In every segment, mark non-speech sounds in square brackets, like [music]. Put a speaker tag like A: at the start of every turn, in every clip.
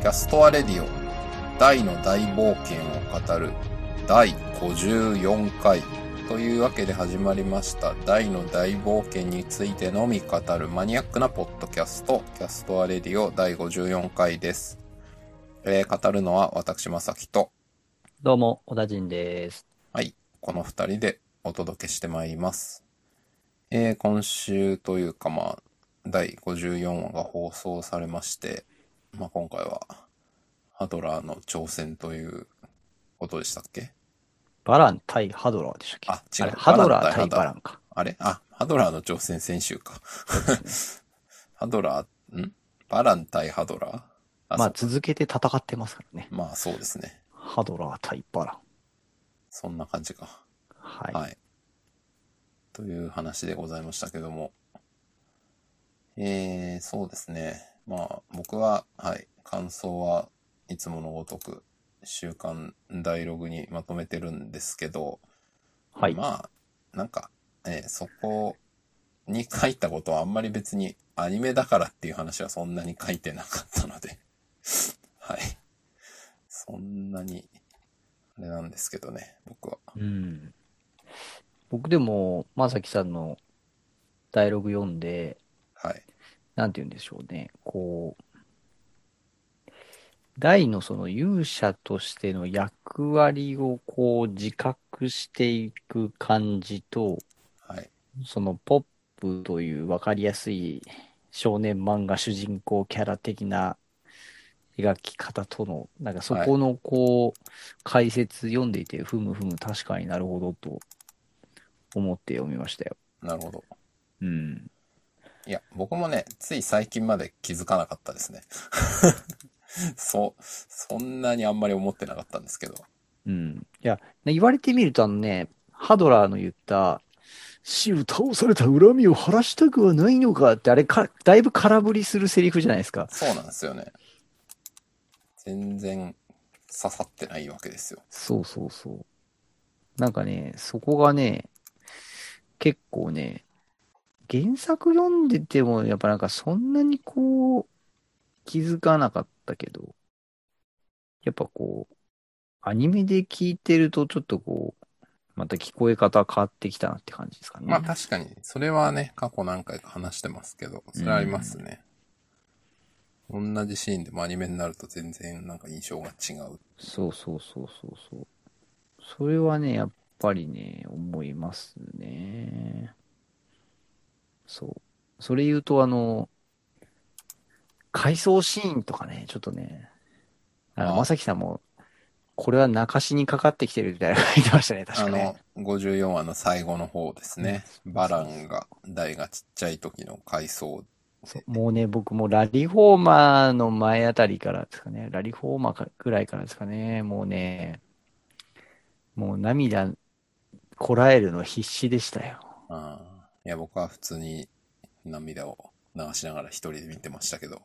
A: キャストアレディオ大の大冒険を語る第54回というわけで始まりました大の大冒険についてのみ語るマニアックなポッドキャストキャストアレディオ第54回です、えー語るのは私まさきと
B: どうも、小田陣です。
A: はい。この二人でお届けしてまいります。えー今週というか、まあ、第54話が放送されまして、まあ、今回は、ハドラーの挑戦ということでしたっけ
B: バラン対ハドラーでしたっけ
A: あ違う
B: れハドラ
A: バラン対
B: ー対
A: ハドラ
B: バランか。
A: あれあ、ハドラーの挑戦先週か。 [laughs] ハドラー、んバラン対ハドラーあ、
B: ま
A: そ
B: あ、続けて戦ってますからね。
A: まあ、そうですね。
B: ハドラー対バラン。
A: そんな感じか。
B: はい。
A: はい。という話でございましたけども。えー、そうですね。まあ、僕は、はい、感想はいつものごとく、週刊ダイログにまとめてるんですけど、
B: はい。
A: まあ、なんか、えーそこに書いたことはあんまり別にアニメだからっていう話はそんなに書いてなかったので、 [laughs] はい。そんなに、あれなんですけどね、僕は。
B: うん。僕でも、まさきさんのダイログ読んで、
A: はい。
B: なんて言うんでしょうね。こう、大のその勇者としての役割をこう自覚していく感じと、
A: はい。
B: そのポップという分かりやすい少年漫画主人公キャラ的な描き方との、なんかそこのこう、解説読んでいて、ふむふむ確かになるほどと思って読みましたよ。
A: なるほど。
B: うん。
A: いや、僕もね、つい最近まで気づかなかったですね。 [laughs] そう、そんなにあんまり思ってなかったんですけど。
B: うん。いや、ね言われてみるとあのね、ハドラーの言った、死を倒された恨みを晴らしたくはないのかって、あれか、だいぶ空振りするセリフじゃないですか。
A: そうなんですよね。全然刺さってないわけですよ。
B: そうそうそう。なんかね、そこがね、結構ね、原作読んでても、やっぱなんかそんなにこう、気づかなかったけど、やっぱこう、アニメで聞いてるとちょっとこう、また聞こえ方変わってきたなって感じですかね。
A: まあ確かに、それはね、過去何回か話してますけど、それありますね。同じシーンでもアニメになると全然なんか印象が違う。
B: そうそうそうそうそう。それはね、やっぱりね、思いますね。そう。それ言うと、あの、回想シーンとかね、ちょっとね、あ
A: あ
B: の、まさきさんも、これは泣かしにかかってきてるみたいなの書いてましたね、確
A: あ
B: かね
A: の。、54話の最後の方ですね。バランが、大がちっちゃい時の回想
B: そうもうね、僕もラリフォーマーの前あたりからですかね、ラリフォーマーかぐらいからですかね、もうね、もう涙こらえるの必死でしたよ。
A: ああ。いや、僕は普通に涙を流しながら一人で見てましたけど。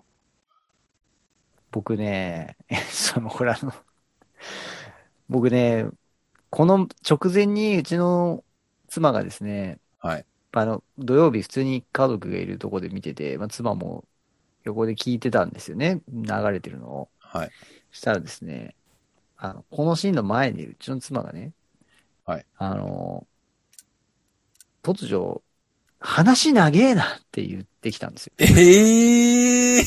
B: 僕ね、 [laughs] その、ほら、あの、僕ね、この直前にうちの妻がですね、
A: はい。
B: あの、土曜日普通に家族がいるとこで見てて、まあ、妻も横で聞いてたんですよね、流れてるのを。
A: はい。
B: したらですね、あの、このシーンの前にうちの妻がね、
A: はい。
B: あの、突如、話長えなって言ってきたんですよ。
A: ええ
B: い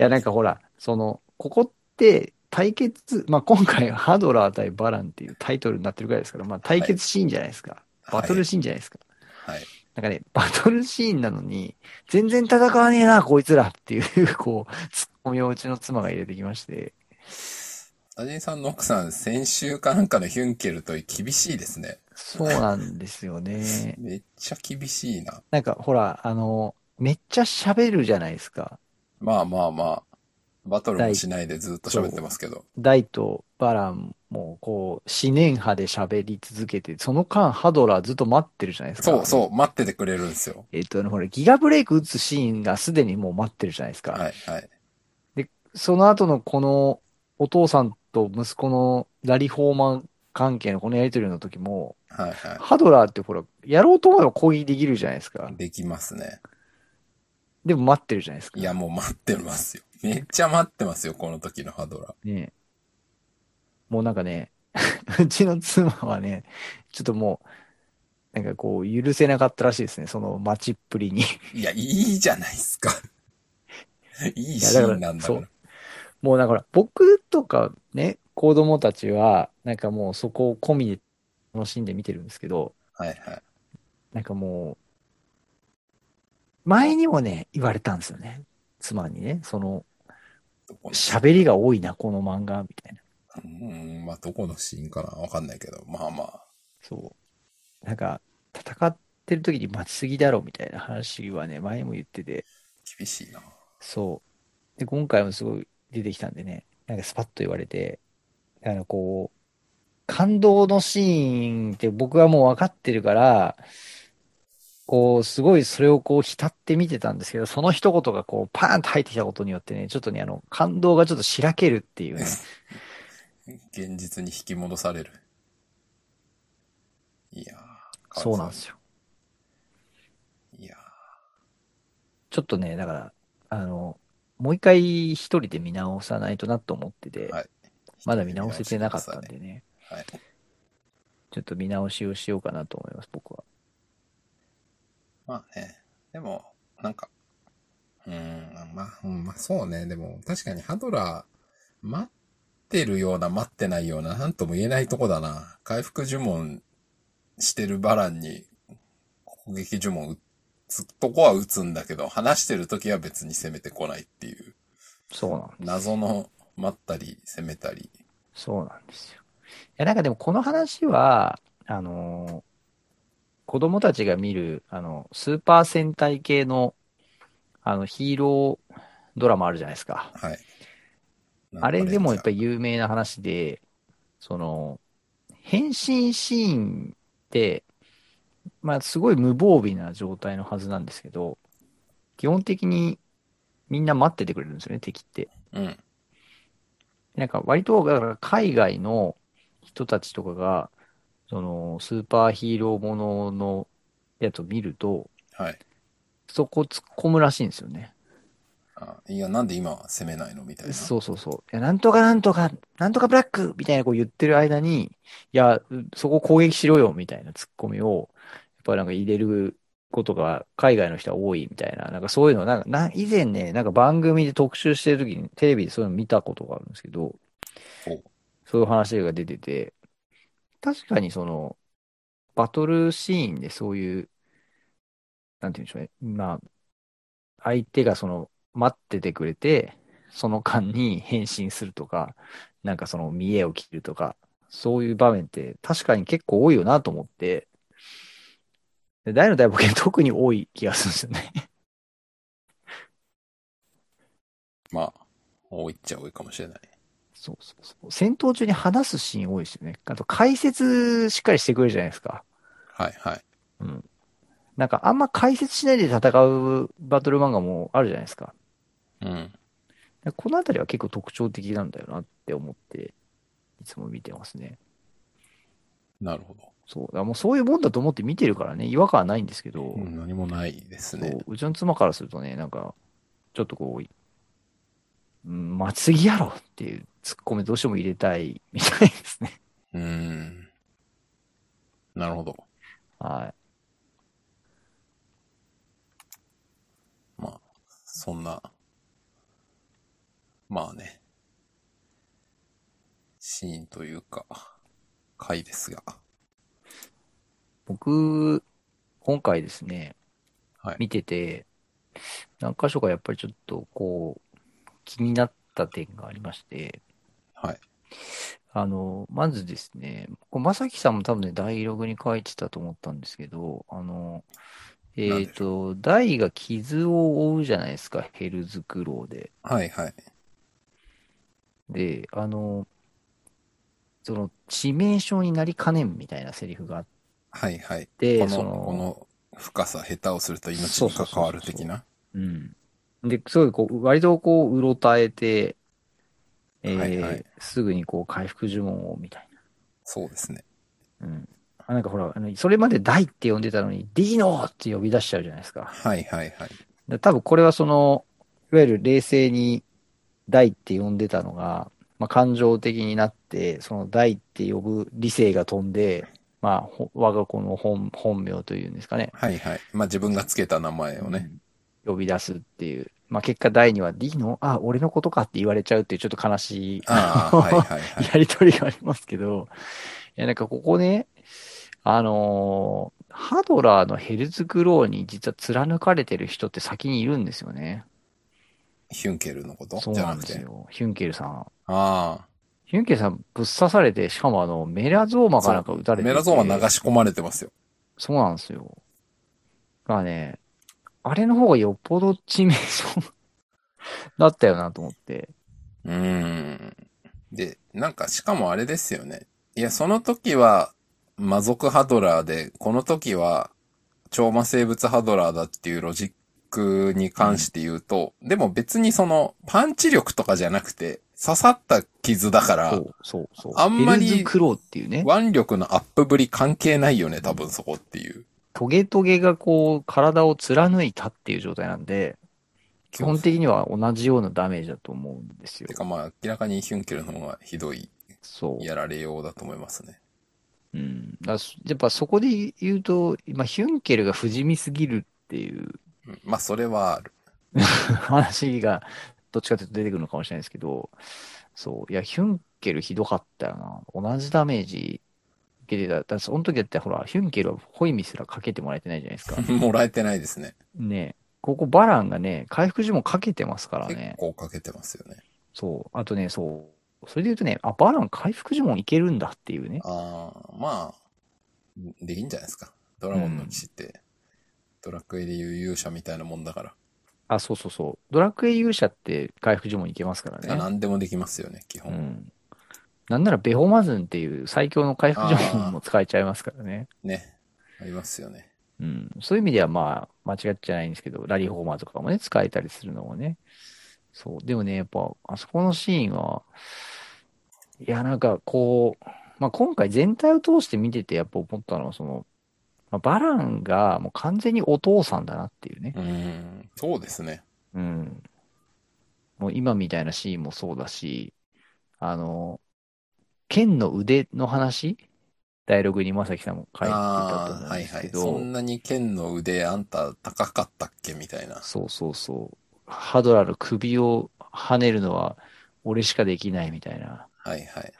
B: や、なんかほら、その、ここって対決、まあ、今回はハドラー対バランっていうタイトルになってるぐらいですから、まあ、対決シーンじゃないですか。バトルシーンじゃないですか。
A: はい。
B: なんかね、バトルシーンなのに、全然戦わねえな、こいつらっていう、 [laughs] こう、ツッコミをうちの妻が入れてきまして、
A: タジンさんの奥さん、先週かなんかのヒュンケルと厳しいですね。
B: そうなんですよね。
A: めっちゃ厳しいな。
B: なんかほら、あの、めっちゃ喋るじゃないですか。
A: まあまあまあ。バトルもしないでずっと喋ってますけど。
B: ダイとバランも、こう、思念派で喋り続けて、その間、ハドラーずっと待ってるじゃないですか。
A: そうそう、待っててくれるんですよ。
B: えっと、あのほら、ギガブレイク打つシーンがすでにもう待ってるじゃないですか。
A: はいはい。
B: その後のこの、お父さんと息子のラリフォーマン関係のこのやりとりの時も、
A: はいは
B: ハドラーってほら、やろうと思えば攻撃できるじゃないですか
A: い。。できますね。
B: でも待ってるじゃないですか。
A: いや、もう待ってますよ。めっちゃ待ってますよ、この時のハドラー。
B: ねもうなんかね、 [laughs] うちの妻はね、ちょっともう、なんかこう、許せなかったらしいですね、その待ちっぷりに。
A: いや、いいじゃないです
B: [laughs]
A: か。いい
B: いや
A: シ
B: だか
A: ー
B: ら
A: ンなんだから。
B: そうもうだから、僕とかね、子供たちは、なんかもうそこを込みで楽しんで見てるんですけど、
A: はいはい。
B: なんかもう、前にもね、言われたんですよね。妻にね、その、
A: どこの
B: 喋りが多いな、この漫画、みたいな。
A: うん、まあ、どこのシーンかなわかんないけど、まあまあ。
B: そう。なんか、戦ってる時に待ちすぎだろ、みたいな話はね、前も言ってて、
A: 厳しいな。
B: そう。で、今回もすごい出てきたんでね、なんかスパッと言われて、あの、こう、感動のシーンって僕はもう分かってるから、こう、すごいそれをこう浸って見てたんですけど、その一言がこう、パーンと入ってきたことによってね、ちょっとね、あの、感動がちょっとしらけるっていうね。
A: 現実に引き戻される。いやー
B: そうなんですよ。
A: いや
B: ちょっとね、だから、あの、もう一回一人で見直さないとなと思ってて、
A: はいー
B: まだ見直せてなかったんで。ね、
A: はい。
B: ちょっと見直しをしようかなと思います、僕は。
A: まあね。でも、なんか、うーん、まあ、うんまあそうね。でも、確かにハドラー、待ってるような、待ってないような、なんとも言えないとこだな。回復呪文してるバランに、攻撃呪文打つとこは打つんだけど、話してる時は別に攻めてこないっていう、
B: そうなん
A: 謎の待ったり、攻めたり。
B: そうなんですよ。いや、なんかでもこの話は、あのー子供たちが見る、あの、スーパー戦隊系の、あの、ヒーロードラマあるじゃないですか。
A: はい。
B: あれでもやっぱ
A: り。
B: り有名な話で、その、変身シーンって、まあすごい無防備な状態のはずなんですけど、基本的にみんな待っててくれるんですよね、敵って。
A: うん。
B: なんか割と、だから海外の人たちとかが、そのスーパーヒーローもののやつを見ると、
A: はい。
B: そこ突っ込むらしいんですよね。
A: あいや、なんで今は攻めないのみたいな。
B: そうそうそう。いや、なんとかなんとか、なんとかブラックみたいなこう言ってる間に、いや、うそこ攻撃しろよみたいな突っ込みを、やっぱなんか入れることが海外の人は多いみたいな、なんかそういうの、なんか、な、以前ね、なんか番組で特集してる時にテレビでそういうの見たことがあるんですけど
A: ほう、
B: そういう話が出てて、確かにその、バトルシーンでそういう、なんて言うんでしょうね、まあ、相手がその、待っててくれて、その間に変身するとか、なんかその見栄を切るとか、そういう場面って確かに結構多いよなと思って、で大の大冒険特に多い気がするんですよね。
A: まあ、多いっちゃ多いかもしれない。
B: そうそうそう。戦闘中に話すシーン多いですよね。あと解説しっかりしてくれるじゃないですか。
A: はいはい。
B: なんかあんま解説しないで戦うバトル漫画もあるじゃないですか。
A: うん。
B: でこのあたりは結構特徴的なんだよなって思って、いつも見てますね。
A: なるほど。
B: そう。だからもうそういうもんだと思って見てるからね、違和感はないんですけど、
A: うん何もないです
B: そ
A: ね
B: う。うちの妻からするとね、なんか、ちょっとこう、うん、まつぎやろっていうツッコミどうしても入れたいみたいですね。 [laughs]
A: うーん。なるほど。
B: は
A: まあ、そんな、まあね、シーンというか、回ですが。
B: い。僕、今回ですね、
A: はい
B: 見てて、何箇所かやっぱりちょっとこう、気になった点がありまして、
A: はい。
B: あの、まずですね、これまさきさんも多分ね、ダイログに書いてたと思ったんですけど、あの、えっと、大が傷を負うじゃないですか、ヘルズクローで。
A: はいはい。
B: で、あの、その、致命傷になりかねんみたいなセリフがあっ
A: はいはい。
B: て、
A: こ
B: そ
A: の、
B: の、
A: この深さ、下手をすると命に関わる的な。
B: うん。で、すごいこう、割とこう、うろたえて、えー
A: はいはい
B: すぐにこう、回復呪文を、みたい
A: そうですね。
B: な。うん。あなんかほら、あのそれまで大って呼んでたのに、ディーノーって呼び出しちゃうじゃないですか。
A: はいはいはい。
B: で多分これはその、いわゆる冷静に大って呼んでたのが、まあ、感情的になって、その大って呼ぶ理性が飛んで、まあ、ほ我が子の本、本名というんですかね。
A: はいはい。まあ自分がつけた名前をね。
B: 呼び出すっていう。まあ、結果、第2話、D の、あ、俺のことかって言われちゃうっていう、ちょっと悲しい、
A: ああ、はいはいはい。
B: [laughs] やりとりがありますけど、いや、なんかここね、あのーハドラーのヘルツクローに実は貫かれてる人って先にいるんですよね。
A: ヒュンケルのこと
B: そう
A: じゃ
B: な
A: なんく
B: です
A: て。
B: よ。ヒュンケルさん。
A: あ
B: ヒュンケルさんぶっ刺されて、しかもあの、メラゾーマかなんか撃た
A: あ。
B: れてて
A: メラゾーマ流し込まれてますよ。
B: そうなんですよ。まあね、あれの方がよっぽど致命傷 [laughs] だったよなと思って。
A: うーん。で、なんかしかもあれですよね。いや、その時は魔族ハドラーで、この時は超魔生物ハドラーだっていうロジックに関して言うと、でも別にそのパンチ力とかじゃなくて、刺さった傷だから、
B: そうそうそう。
A: あんまり
B: ヘルズクローっていうね、
A: 腕力のアップぶり関係ないよね、多分そこっていう。
B: トゲトゲがこう、体を貫いたっていう状態なんで、基本的には同じようなダメージだと思うんですよ
A: て。かまあ、明らかにヒュンケルの方がひどい
B: そう。
A: やられようだと思いますね。
B: うん、だからそやっぱそこで言うと、今、ヒュンケルが不死身すぎるっていう
A: うんまあ、それはある。 [laughs]
B: 話が、どっちかというと出てくるのかもしれないですけど、そう、いや、ヒュンケルひどかったよな。同じダメージ受けてた。だからその時だってほら、ヒュンケルはホイミすらかけてもらえてないじゃないで
A: [laughs]
B: すか。
A: もらえてないですね。
B: ねここバランがね、回復呪文かけてますから
A: 結
B: ね。
A: 構かけてますよね。
B: そう。あとね、そう。それで言うとね、あ、バラン回復呪文いけるんだっていうね。
A: ああ、まあ、できんじゃないですか。ドラゴンの騎士って、ドラクエでいう勇者みたいなもんだから。
B: あ、そうそうそう。ドラクエ勇者って回復呪文いけますから
A: て
B: ね。
A: か何でもできますよね、基
B: う
A: 本。
B: ん。なんならベホマズンっていう最強の回復呪文も使えちゃいますからね。
A: ね。ありますよね。
B: うん。そういう意味ではまあ、間違っちゃないんですけど、ラリーホーマーとかもね、使えたりするのもね。そう。でもね、やっぱ、あそこのシーンは、いや、なんかこう、まあ今回全体を通して見てて、やっぱ思ったのは、その、まあバランがもう完全にお父さんだなっていうね。
A: うん、そうですね。
B: うん。もう今みたいなシーンもそうだし、あの、剣の腕の話、ダイアログにまさきさんも書いてたと
A: あ
B: 思
A: あ、
B: うん
A: はい
B: です
A: は
B: け
A: い。そ
B: ど、
A: んなに剣の腕あんた高かったっけみたいな。
B: そうそうそう。ハドラーの首を跳ねるのは俺しかできないみたいな。
A: はいはい。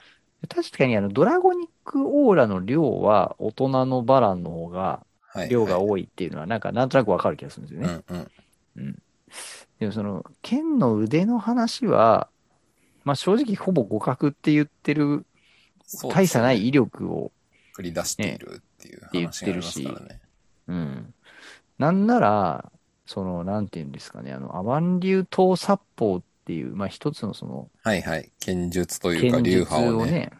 B: 確かにあのドラゴニックオーラの量は大人のバランの方が
A: はい、はい。
B: 量が
A: い。
B: 多いっていうのはなんかなんとなくわかる気がするんですよ
A: う
B: ね。
A: んうん。
B: でもその、剣の腕の話は、まあ正直ほぼ互角って言ってる、
A: そうですね
B: 大差ない威力を、
A: 繰り出しているっていう話がありますからね。
B: うん。なんなら、その、なんていうんですかね、あの、アマン流刀殺法っていう、まあ一つのその、
A: はいはい。剣術というか、
B: 剣
A: 流
B: 術
A: 派を
B: を
A: ね、
B: ね、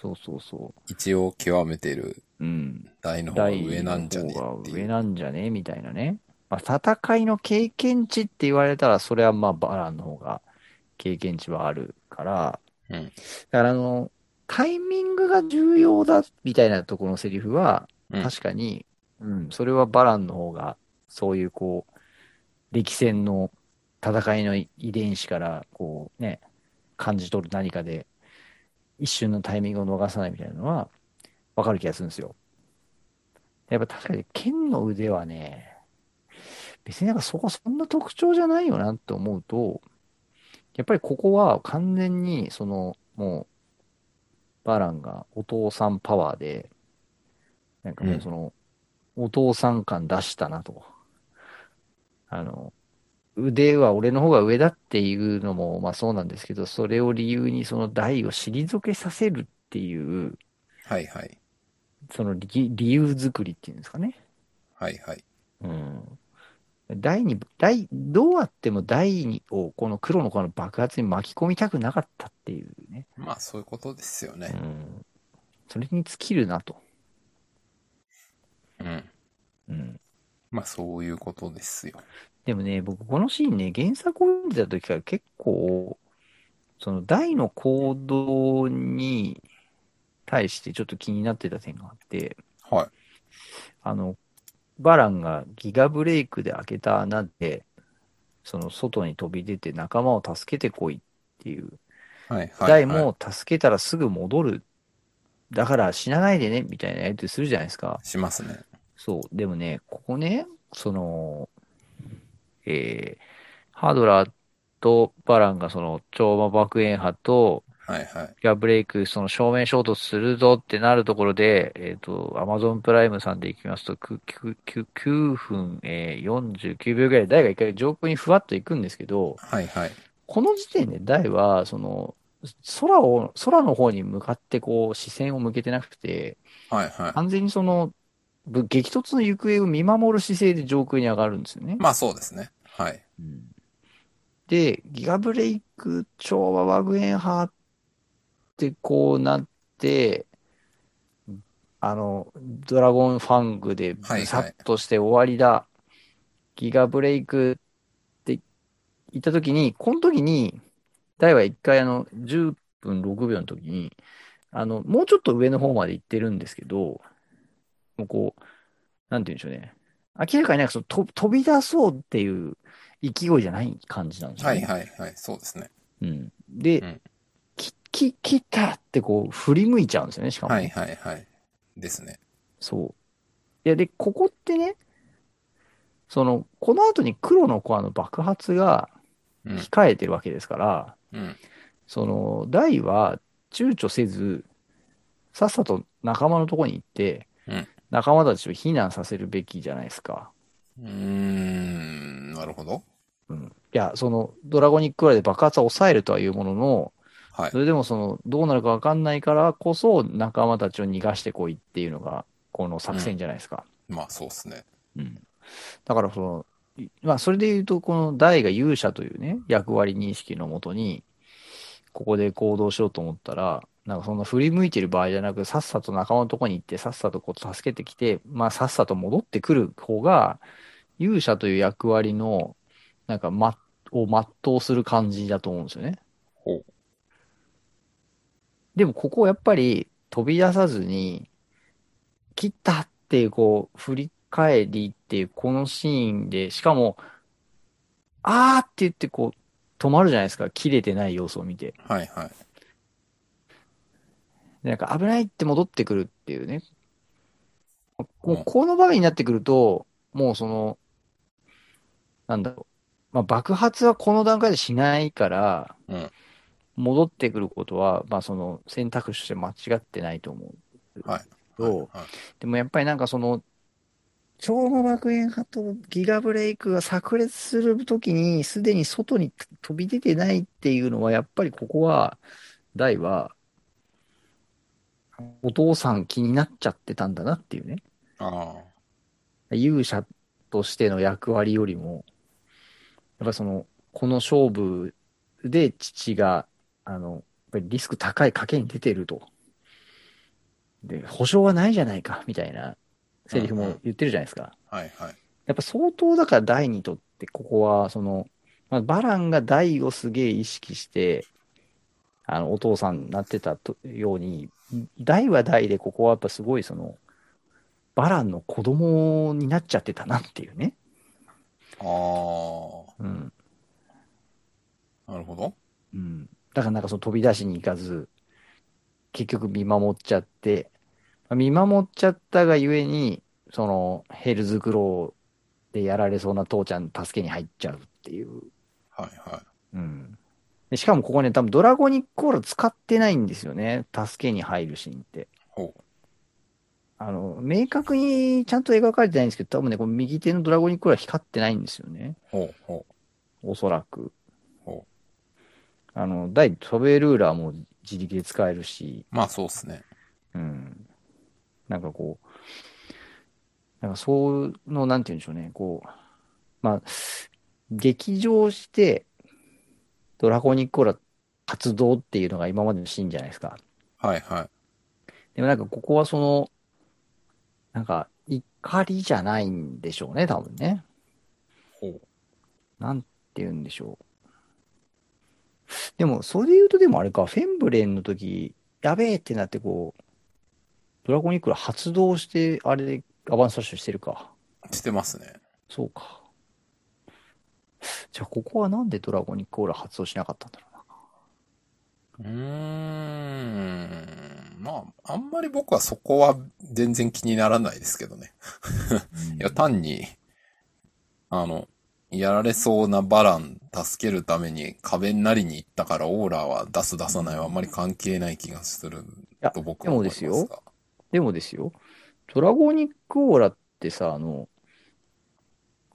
B: そうそうそ
A: 一応極めてる
B: う、うん。
A: 台の方が
B: 大
A: 上なんじゃね
B: の方
A: って
B: が
A: いう
B: 上。なんじゃねみたいなね。まあ、戦いの経験値って言われたら、それはまあ、バランの方が経験値はあるから、
A: うん
B: だからあの、タイミングが重要だみたいなところのセリフは、
A: うん
B: 確かに、うん、それはバランの方が、そういうこう、歴戦の戦いの遺伝子から、こうね、感じ取る何かで、一瞬のタイミングを逃さないみたいなのは、わかる気がするんですよ。やっぱ確かに剣の腕はね、別になんかそこそんな特徴じゃないよなって思うと、やっぱりここは完全にそのもうバランがお父さんパワーで、なんかも
A: う
B: うんその、お父さん感出したなと。あの、腕は俺の方が上だっていうのもまあそうなんですけど、それを理由にその台を退けさせるっていう、
A: はいはい。
B: その理理由作りっていうんですかね。
A: はいはい。
B: うん。第二、第、どうあっても第二をこの黒の子の爆発に巻き込みたくなかったっていうね。
A: まあそういうことですよ
B: う
A: ね。
B: ん。それに尽きるなと。
A: うん。
B: うん。
A: まあそういうことですよ。
B: でもね、僕このシーンね、原作を読んでた時から結構、その大の行動に対してちょっと気になってた点があって、
A: はい。
B: あの、バランがギガブレイクで開けた穴で、その外に飛び出て仲間を助けてこいっていう。
A: はいはい、は
B: 大
A: い。
B: も助けたらすぐ戻る。だから死なないでね、みたいなやりとりするじゃないですか。
A: しますね。
B: そう。でもね、ここね、その、えー、ハドラーとバランがその、超魔爆炎波と、
A: はいはい。
B: ギャブレイク、その正面衝突するぞってなるところで、えっ、と、アマゾンプライムさんでいきますと、9, 分、えー、49秒ぐらいで、ダイが一回上空にふわっと行くんですけど、
A: はいはい。
B: この時点でダイは、その、空を、空の方に向かってこう、視線を向けてなくて、
A: はいは
B: 完全にその、ぶ激突の行方を見守る姿勢で上空に上がるんですよね
A: い。。まあそうですね。はい。
B: で、ギガブレイク、超和ワグエン派ってこうなって、あの、ドラゴンファングでブサッとして終わりだ。ギガブレイクって言ったときに、この時に、ダイは一回あの、10分6秒の時に、あの、もうちょっと上の方まで行ってるんですけど、もうこう、なんて言うんでしょうね。明らかになんかそのと飛び出そうっていう勢いじゃない感じなんですよ
A: は
B: ね。
A: いはいはい。そうですね。
B: うん。で、
A: うん
B: き、き、切ったってこう振り向いちゃうんですよね、しかも。
A: はいはいはい。ですね。
B: そう。いや、で、ここってね、その、この後に黒のコアの爆発が
A: うん。
B: 控えてるわけですから、
A: うん。
B: その、ダイは躊躇せず、さっさと仲間のとこに行って、
A: うん
B: 仲間たちを避難させるべきじゃないですか。
A: うーん。なるほど。
B: うん。いや、その、ドラゴニッククラで爆発は抑えるとはいうものの、
A: はい
B: そ。れでもその、どうなるかわかんないからこそ仲間たちを逃がしてこいっていうのが、この作戦じゃないですか。
A: まあそうですね。
B: うん。だからその、いまあそれで言うと、この大が勇者というね、役割認識のもとに、ここで行動しようと思ったら、なんかそんな振り向いてる場合じゃなく、さっさと仲間のとこに行って、さっさとこう助けてきて、まあさっさと戻ってくる方が、勇者という役割の、なんか、ま、を全うする感じだと思うんですよね。
A: ほう。
B: でもここをやっぱり飛び出さずに、切ったっていうこう、振り返りっていうこのシーンで、しかも、あーって言ってこう、止まるじゃないですか。切れてない様子を見て。
A: はいはい。
B: でなんか危ないって戻ってくるっていうね。も
A: う
B: うんこの場面になってくると、もうその、なんだろう。まあ爆発はこの段階でしないから
A: うん、
B: 戻ってくることは、まあその選択肢として間違ってないと思う。
A: はい
B: どう
A: はいはい
B: でもやっぱりなんかその、超魔爆炎派とギガブレイクが炸裂するときに、すでに外に飛び出てないっていうのは、やっぱりここは、ダイは、お父さん気になっちゃってたんだなっていうね。
A: あ
B: 勇者としての役割よりも、やっぱその、この勝負で父が、あの、やっぱりリスク高い賭けに出てると。で、保証はないじゃないか、みたいなセリフも言ってるじゃないですか。
A: あ。はいはい。
B: やっぱ相当だから大にとって、ここは、その、まあ、バランが大をすげえ意識して、あの、お父さんになってたとように、大は大で、ここはやっぱすごい、その、バランの子供になっちゃってたなっていうね。
A: ああ
B: うん。
A: ー。なるほど。
B: うん。だからなんかその飛び出しに行かず、結局見守っちゃって、まあ見守っちゃったがゆえに、その、ヘルズグローでやられそうな父ちゃん助けに入っちゃうっていう。
A: はいはい。
B: うん。でしかもここね、多分ドラゴニックコール使ってないんですよね。助けに入るシーンって。
A: ほう。
B: あの、明確にちゃんと描かれてないんですけど、多分ね、この右手のドラゴニックコールは光ってないんですよね。
A: ほうほ
B: おそらく
A: ほ。
B: あの、第トベルーラーも自力で使えるし、
A: う。まあそうですね。
B: うん。なんかこう、なんかそういうの、なんて言うんでしょうね、こう、まあ、劇場して、ドラゴニックオーラ活動っていうのが今までのシーンじゃないですか。
A: はいはい。
B: でもなんかここはその、なんか怒りじゃないんでしょうね、多分ね。
A: ほう。
B: なんて言うんでしょう。でも、それで言うと、でもあれか、フェンブレンの時、やべえってなって、こう、ドラゴニックラ発動して、あれでアバンスラッシュしてるか。
A: してますね。
B: そうか。じゃあここはなんでドラゴニックオーラ発動しなかったんだろうな。
A: うーん。まあ、あんまり僕はそこは全然気にならないですけどね。いや、単に、あの、やられそうなバラン助けるために壁になりに行ったからオーラは出す出さないはあんまり関係ない気がする
B: や
A: と僕は思います
B: で
A: が。
B: もですでもですよ、ドラゴニックオーラってさ、あの、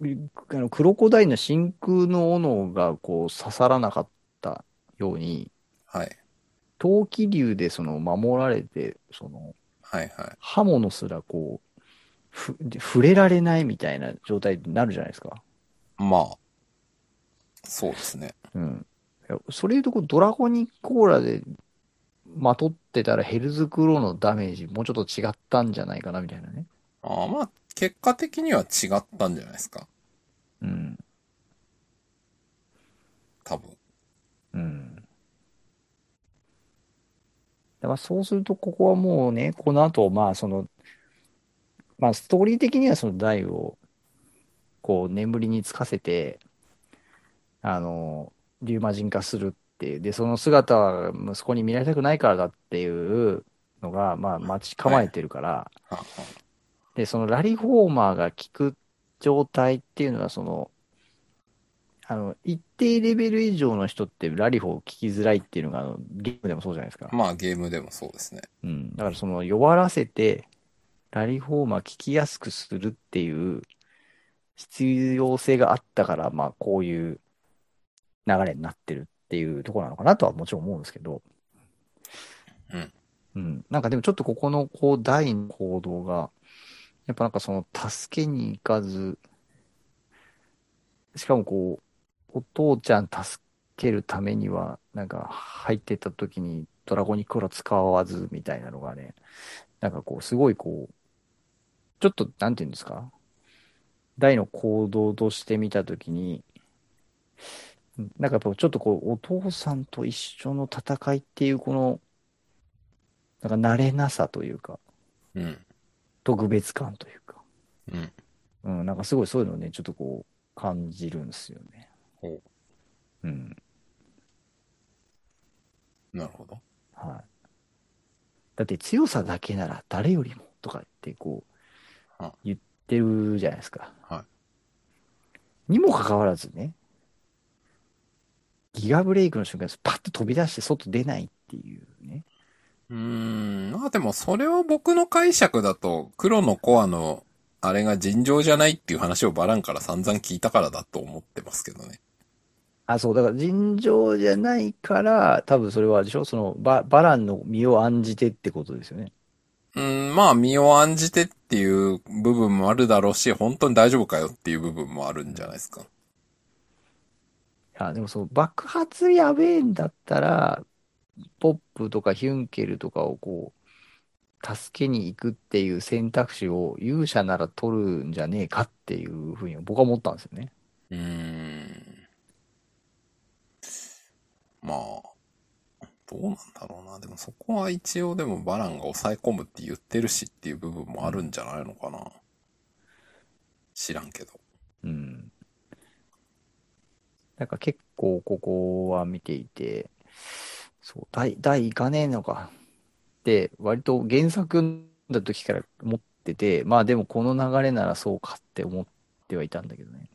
B: うあのクロコダイルの真空の斧がこう刺さらなかったように、
A: はい。
B: 陶器竜でその守られて、その
A: はいはい。
B: 刃物すらこう、ふ触れられないみたいな状態になるじゃないですか。
A: まあ、そうですね。
B: うん。いやそれでこうドラゴニックオーラでまとってたらヘルズクローのダメージもうちょっと違ったんじゃないかなみたいなね。
A: ああまあ、結果的には違ったんじゃないですか。
B: うん。
A: 多分。
B: うん。だからそうすると、ここはもうね、この後、まあその、まあストーリー的にはその台を、こう眠りにつかせて、あの、リュウマ人化するっていう、で、その姿は息子に見られたくないからだっていうのが、まあ待ち構えてるから、
A: はは
B: で、そのラリフォーマーが効く状態っていうのは、その、あの、一定レベル以上の人ってラリフォー効きづらいっていうのが、あの、ゲームでもそうじゃないですか。
A: まあ、ゲームでもそうですね。
B: うん。だからその弱らせて、ラリフォーマー効きやすくするっていう必要性があったから、まあ、こういう流れになってるっていうところなのかなとはもちろん思うんですけど。
A: うん。
B: うん。なんかでもちょっとここの、こう、第の行動が、やっぱなんかその、助けに行かず、しかもこう、お父ちゃん助けるためには、なんか入ってった時にドラゴニックオーラ使わずみたいなのがね、なんかこう、すごいこう、ちょっと、なんていうんですか大の行動として見た時に、なんかやっぱちょっとこう、お父さんと一緒の戦いっていうこの、なんか慣れなさというか、
A: うん。
B: 特別感というか、
A: うん。
B: うん、なんかすごいそういうのをね、ちょっとこう、感じるんですよね。
A: ほ
B: うん。
A: う。なるほど。
B: はい。だって強さだけなら誰よりもとかってこう
A: うん、
B: 言ってるじゃないですか。
A: は
B: にもかかわらずね、ギガブレイクの瞬間、パッと飛び出して外出ないっていうね。
A: うーん。まあでも、それは僕の解釈だと、黒のコアの、あれが尋常じゃないっていう話をバランから散々聞いたからだと思ってますけどね。
B: あ、そう、だから尋常じゃないから、多分それはあれでしょそのバ、バランの身を案じてってことですよね。
A: うん、まあ、身を案じてっていう部分もあるだろうし、本当に大丈夫かよっていう部分もあるんじゃないですか。
B: あ、でもその爆発やべえんだったら、ポップとかヒュンケルとかをこう、助けに行くっていう選択肢を勇者なら取るんじゃねえかっていうふうに僕は思ったんですよね。
A: うーん。まあ、どうなんだろうな。でもそこは一応でもバランが抑え込むって言ってるしっていう部分もあるんじゃないのかな。知らんけど。
B: うん。なんか結構ここは見ていて、そう、第、第いかねえのかって、割と原作読んだ時から思ってて、まあでもこの流れならそうかって思ってはいたんだけどね。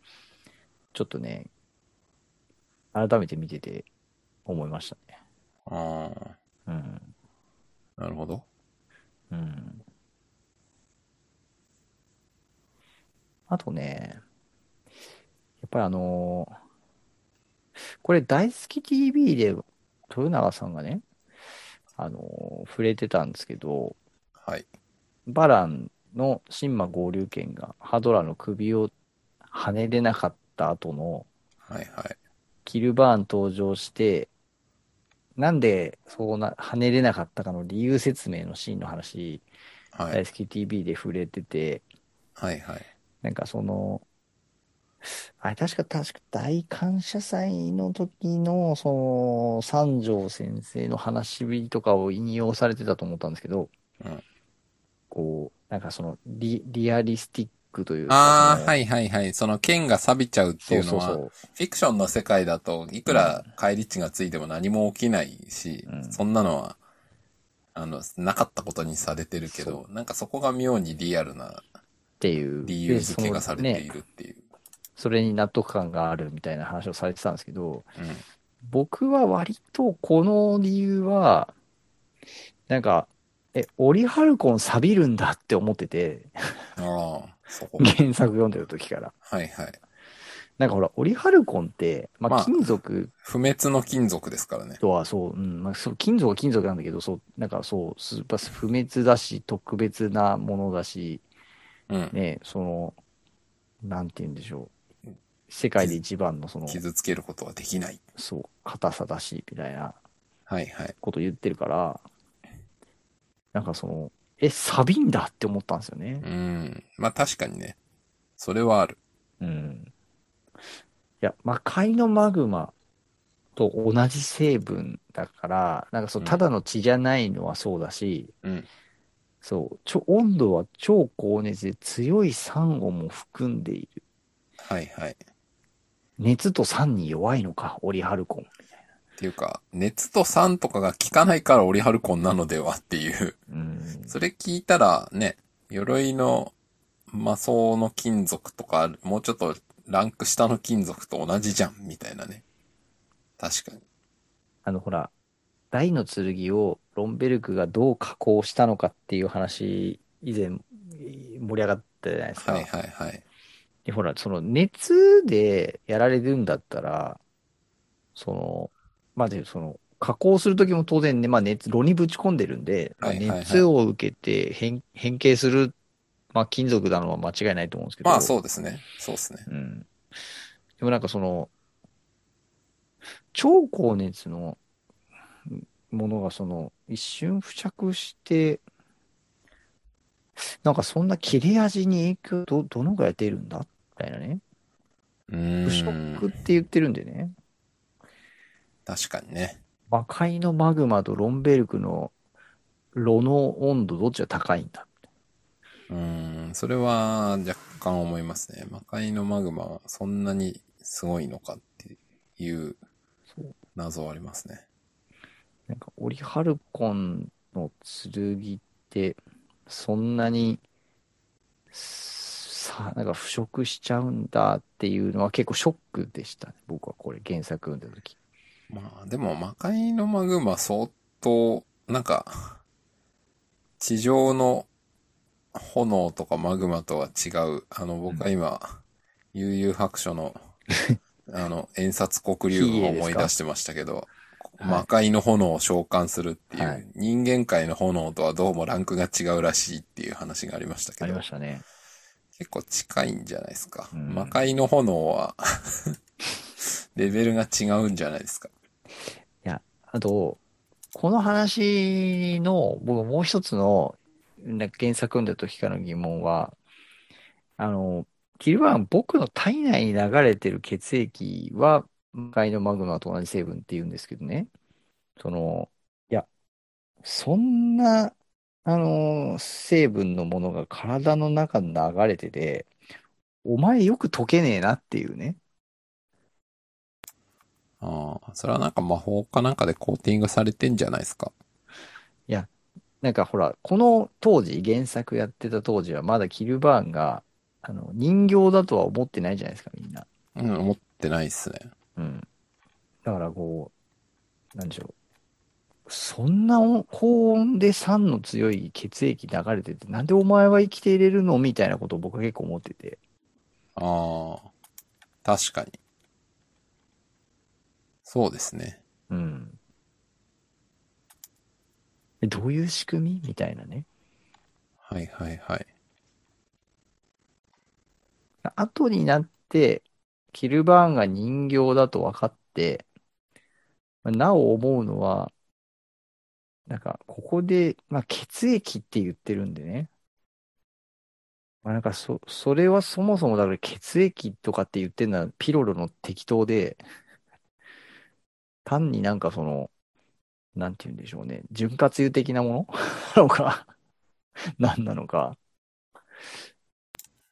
B: ちょっとね、改めて見てて思いましたね。
A: あ
B: うん。
A: あ、なるほど。
B: うん。あとね、やっぱりあのーこれ大好き TV で豊永さんがね、あのー触れてたんですけど、
A: はい。
B: バランの神馬合流拳がハドラーの首を跳ねれなかった後の
A: はいはい。
B: キルバーン登場して、なんでそうな、跳ねれなかったかの理由説明のシーンの話、
A: はい。
B: 大好き TV で触れてて、
A: はいはい。
B: なんかその、あれ確か確か大感謝祭の時の、その、三条先生の話とかを引用されてたと思ったんですけど
A: うん、
B: こう、なんかそのリ、リアリスティックという。
A: ああ、はいいはいはい。その剣が錆びちゃうって
B: そ
A: いううの
B: そう
A: は、
B: そう。
A: フィクションの世界だといくら返り値がついても何も起きないし、
B: うん
A: そんなのは、あの、なかったことにされてるけど、なんかそこが妙にリアルな
B: っていう。
A: 理由
B: で
A: 付けがされてい
B: そのね
A: るっていう。
B: それに納得感があるみたいな話をされてたんですけど、
A: うん
B: 僕は割とこの理由は、なんか、え、オリハルコン錆びるんだって思ってて、
A: ああ、そこ。
B: [laughs] 原作読んでる時から。
A: はいはい。
B: なんかほら、オリハルコンって、ま
A: まあ
B: あ、金属
A: 不滅の金属ですからね。
B: とはそう、うん、まあ、そう、金属は金属なんだけど、そう、なんかそう、スーパー不滅だし、特別なものだし、
A: うん。
B: ね、その、なんて言うんでしょう。世界で一番のその、
A: 傷つけることはできない。
B: そう、硬さだし、みたいな
A: はいはい。
B: こと言ってるから、なんかその、え、サビんだって思ったんですよね
A: う。ん。まあ確かにね。それはある。
B: うん。いや、魔界のマグマと同じ成分だから、なんかそう、
A: うん
B: ただの血じゃないのはそうだし、
A: うん。
B: そう、ちょ、温度は超高熱で強い酸をも含んでいる。
A: はいはい。っ
B: 熱と酸に弱いのか、オリハルコン。
A: ていうか、熱と酸とかが効かないからオリハルコンなのではっていう。
B: うん。
A: それ聞いたらね、鎧の魔装の金属とか、もうちょっとランク下の金属と同じじゃん、みたいなね。確かに。
B: あの、ほら、大の剣をロンベルクがどう加工したのかっていう話、以前盛り上がったじゃないですか。
A: はいはいはい。
B: で、ほら、その熱でやられるんだったら、その、まあ、で、その、加工するときも当然ね、まあ、熱、炉にぶち込んでるんで、まあ
A: はいはいはい
B: 熱を受けて変、変形する、まあ、金属なのは間違いないと思うんですけど、
A: まあそうですね。そうですね。
B: うん。でもなんかその、超高熱のものがその、一瞬付着して、なんかそんな切れ味に影響、ど、どのぐらい出るんだみたいなね。
A: う
B: 腐
A: ー
B: 食っ
A: ん。
B: て言ってるんでね。
A: 確かにね。
B: 魔界のマグマとロンベルクの炉の温度どっちが高いんだ
A: うーん。それは若干思いますね。魔界のマグマはそんなにすごいのかっていう
B: そう
A: 謎はありますね。
B: なんか、オリハルコンの剣って、そんなに、さ、なんか腐食しちゃうんだっていうのは結構ショックでしたね。僕はこれ原作読んだ時。
A: まあ、でも、魔界のマグマ相当、なんか、地上の炎とかマグマとは違う。あの、僕は今、悠々白書
B: [laughs]
A: の、あの、遠札黒竜を思い出してましたけど、
B: はい
A: 魔界の炎を召喚するっていう、
B: はい
A: 人間界の炎とはどうもランクが違うらしいっていう話がありましたけ
B: あり
A: ど
B: ま、したね。
A: 結構近いんじゃないですか。
B: うん
A: 魔界の炎は、 [laughs] レベルが違うんじゃないですか。
B: あと、この話の、僕もう一つの、なんか原作読んだ時からの疑問は、あの、キルバーン、僕の体内に流れてる血液は、向かいのマグマと同じ成分って言うんですけどね。その、いや、そんな、あの、成分のものが体の中に流れてて、お前よく溶けねえなっていうね。
A: ああ、それはなんか魔法かなんかでコーティングされてんじゃないですか。
B: なんかほら、この当時、原作やってた当時は、まだキルバーンが、あの、人形だとは思ってないじゃないですか、みんな。
A: うん、思ってないっすね。
B: うん。だからこう、なんでしょう。そんなお高温で酸の強い血液流れてて、なんでお前は生きていれるのみたいなことを僕は結構思ってて。
A: ああ、確かに。そうですね。
B: うん。えどういう仕組みみたいなね。
A: はいはいはい。
B: 後になって、キルバーンが人形だと分かって、まあなお思うのは、なんか、ここで、まあ、血液って言ってるんでね。まあ、なんか、そ、それはそもそも、だから血液とかって言ってるのはピロロの適当で、単になんかその、なんて言うんでしょうね、潤滑油 [laughs] 的なものなのか、何なのか。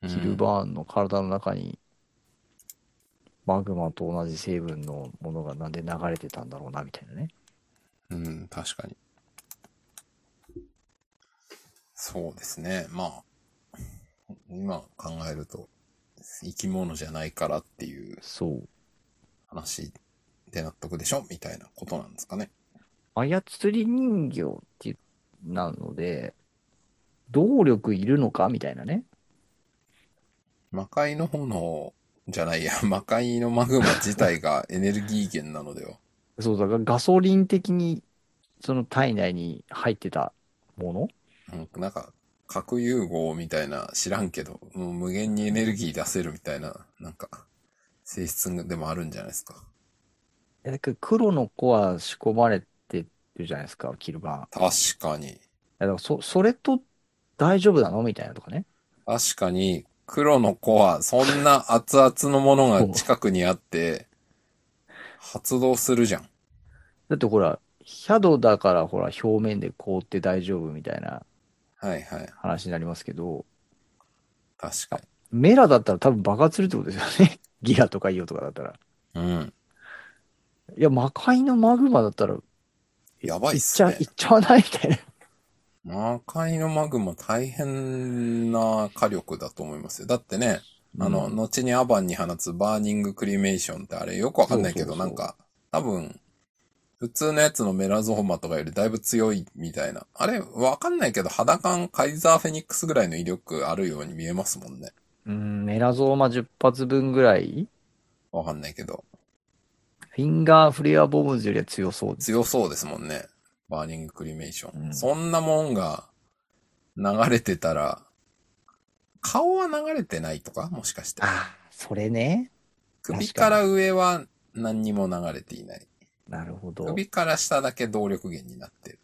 A: う
B: キルバーンの体の中に、マグマと同じ成分のものがなんで流れてたんだろうな、みたいなね。
A: うん、うん、確かに。そうですね。まあ、今考えると、生き物じゃないからっていう
B: そう。
A: 話で納得でしょみたいなことなんですかね。
B: 操り人形っていう、なので、動力いるのかみたいなね。
A: 魔界の炎じゃないや、 [laughs] 魔界のマグマ自体がエネルギー源なのでは。
B: そう、だからガソリン的に、その体内に入ってたもの
A: うん、なんか、核融合みたいな、知らんけど、もう無限にエネルギー出せるみたいな、なんか、性質でもあるんじゃないですか。
B: えだから黒の子は仕込まれてるじゃないですか、キルバーン。い
A: 確かに。
B: やだからそ、それと大丈夫なのみたいなとかね。
A: 確かに、黒の子は、そんな熱々のものが近くにあ
B: [laughs]
A: って、発動するじゃん。
B: だってほら、シャドウだからほら、表面で凍って大丈夫みたいな
A: はいはい。
B: 話になりますけど、
A: 確か
B: メラだったら多分爆発するってことですよね。 [laughs] ギラとかイオとかだったら。
A: に。うん。
B: いや、魔界のマグマだったら、
A: やばい
B: い
A: っ
B: っ
A: す
B: ちゃ、
A: ね
B: い。っちゃわないみたいな。
A: 魔界のマグマ大変な火力だと思いますよ。だってね、あの、
B: うん
A: 後にアバンに放つバーニングクリメーションってあれよくわかんないけど、
B: そうそう
A: なん
B: そう
A: か、多分、普通のやつのメラゾーマとかよりだいぶ強いみたいな。あれ、わかんないけど、肌感カイザーフェニックスぐらいの威力あるように見えますもんね。
B: うん、メラゾーマ10発分ぐらい、
A: わかんないけど。
B: フィンガーフレアボムズよりは強そうです。
A: 強そうですもんね。バーニングクリメーション。
B: うん
A: そんなもんが流れてたら、顔は流れてないとかもしかして。
B: ああ、それね。
A: 首から上は何にも流れていない。
B: なるほど。
A: 首から下だけ動力源になってる。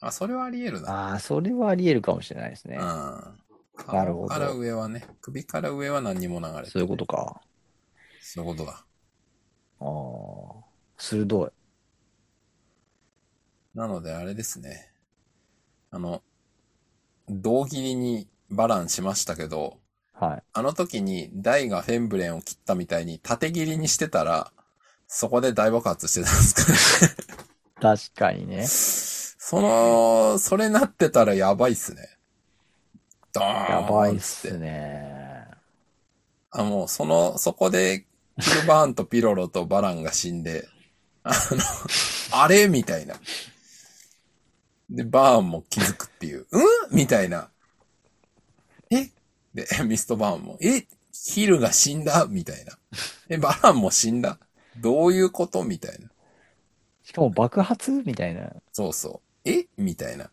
A: あ、それはあり得るな。
B: ああ、それはあり得るかもしれないです
A: う
B: ね。
A: ん。
B: なるほど
A: 顔から上はね、首から上は何にも流れてない
B: そういうことか。
A: そういうことだ。
B: ああ、鋭い。
A: なのであれですね。あの、胴切りにバランしましたけど、
B: はい。
A: あの時にダイがフェンブレンを切ったみたいに縦切りにしてたら、そこで大爆発してたんですかね。
B: 確かにね。
A: その、それなってたらやばいっすね。ドーン
B: やばいっ
A: つって
B: すね。
A: あ、もう、その、そこで、キルバーンとピロロとバランが死んで、あの、あれみたいな。で、バーンも気づくっていう、うんみたいな。えで、ミストバーンも、えヒルが死んだみたいな。え、バランも死んだどういうことみたいな。
B: しかも爆発みたいな。 [laughs]
A: そうそう。えみたいな。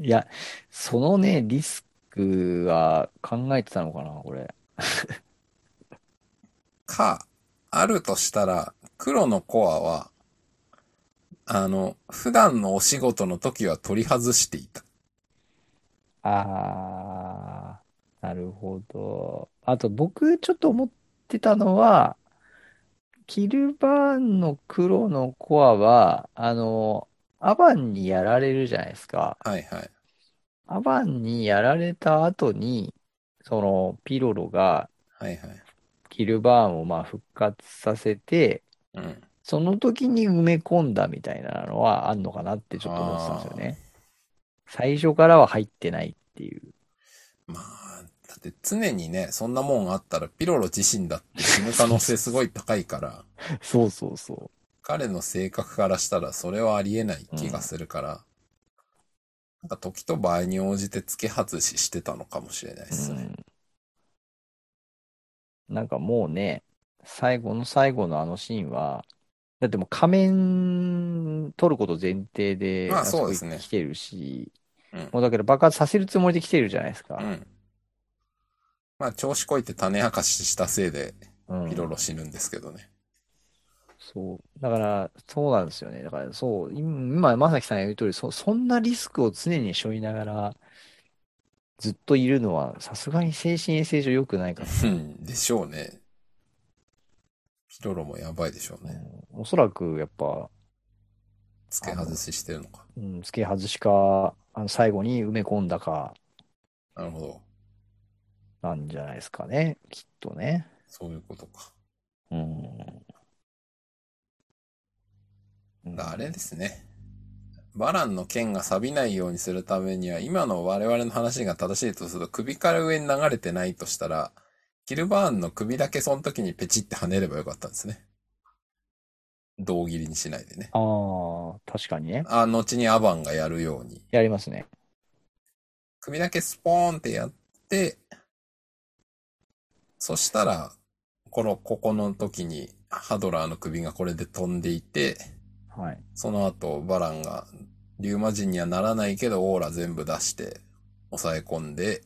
B: いや、そのね、リスクは考えてたのかな、これ。
A: か、あるとしたら、黒のコアは、あの、普段のお仕事の時は取り外していた。
B: ああ、なるほど。あと僕ちょっと思ってたのは、キルバーンの黒のコアは、あの、アバンにやられるじゃないですか。
A: はいはい。
B: アバンにやられた後に、そのピロロが
A: はいはい。
B: キルバーンをまあ復活させて、
A: うん。
B: その時に埋め込んだみたいなのはあんのかなってちょっと思ってたんですよね。最初からは入ってないっていう。
A: まあ、だって常にね、そんなもんあったらピロロ自身だって死ぬ可能性すごい高い [laughs] から、
B: そうそうそう。
A: 彼の性格からしたらそれはありえない気がするから、なんか時と場合に応じて付け外ししてたのかもしれないですね。
B: うんなんかもうね、最後の最後のあのシーンは、だってもう仮面取ること前提で、
A: まあ
B: そこ
A: そうですね
B: 来てるし、
A: うん。
B: もうだけど爆発させるつもりで来てるじゃないです
A: う
B: か。
A: ん。まあ調子こいて種明かししたせいで
B: うん
A: ピロロ死ぬんですけどね。
B: そう。だから、そうなんですよね。だから、そう、今、今まさきさんが言う通り、そ、そんなリスクを常に背負いながら、ずっといるのは、さすがに精神衛生上良くないから。
A: うん。でしょうね。ピロロもやばいでしょうね。
B: おそらく、やっぱ、
A: 付け外ししてるのか。
B: うん、付け外しか、あの最後に埋め込んだか、
A: なるほど。
B: なんじゃないですかね。きっとね。
A: そういうことか。
B: うん。
A: あれですね。バランの剣が錆びないようにするためには、今の我々の話が正しいとすると、首から上に流れてないとしたら、キルバーンの首だけその時にペチって跳ねればよかったんですね。胴切りにしないでね。
B: ああ、確かにね。
A: あ、後にアバンがやるように。
B: やりますね。
A: 首だけスポーンってやって、そしたら、この、ここの時に、ハドラーの首がこれで飛んでいて、
B: はい。
A: その後、バランが、リューマ人にはならないけど、オーラ全部出して、抑え込んで、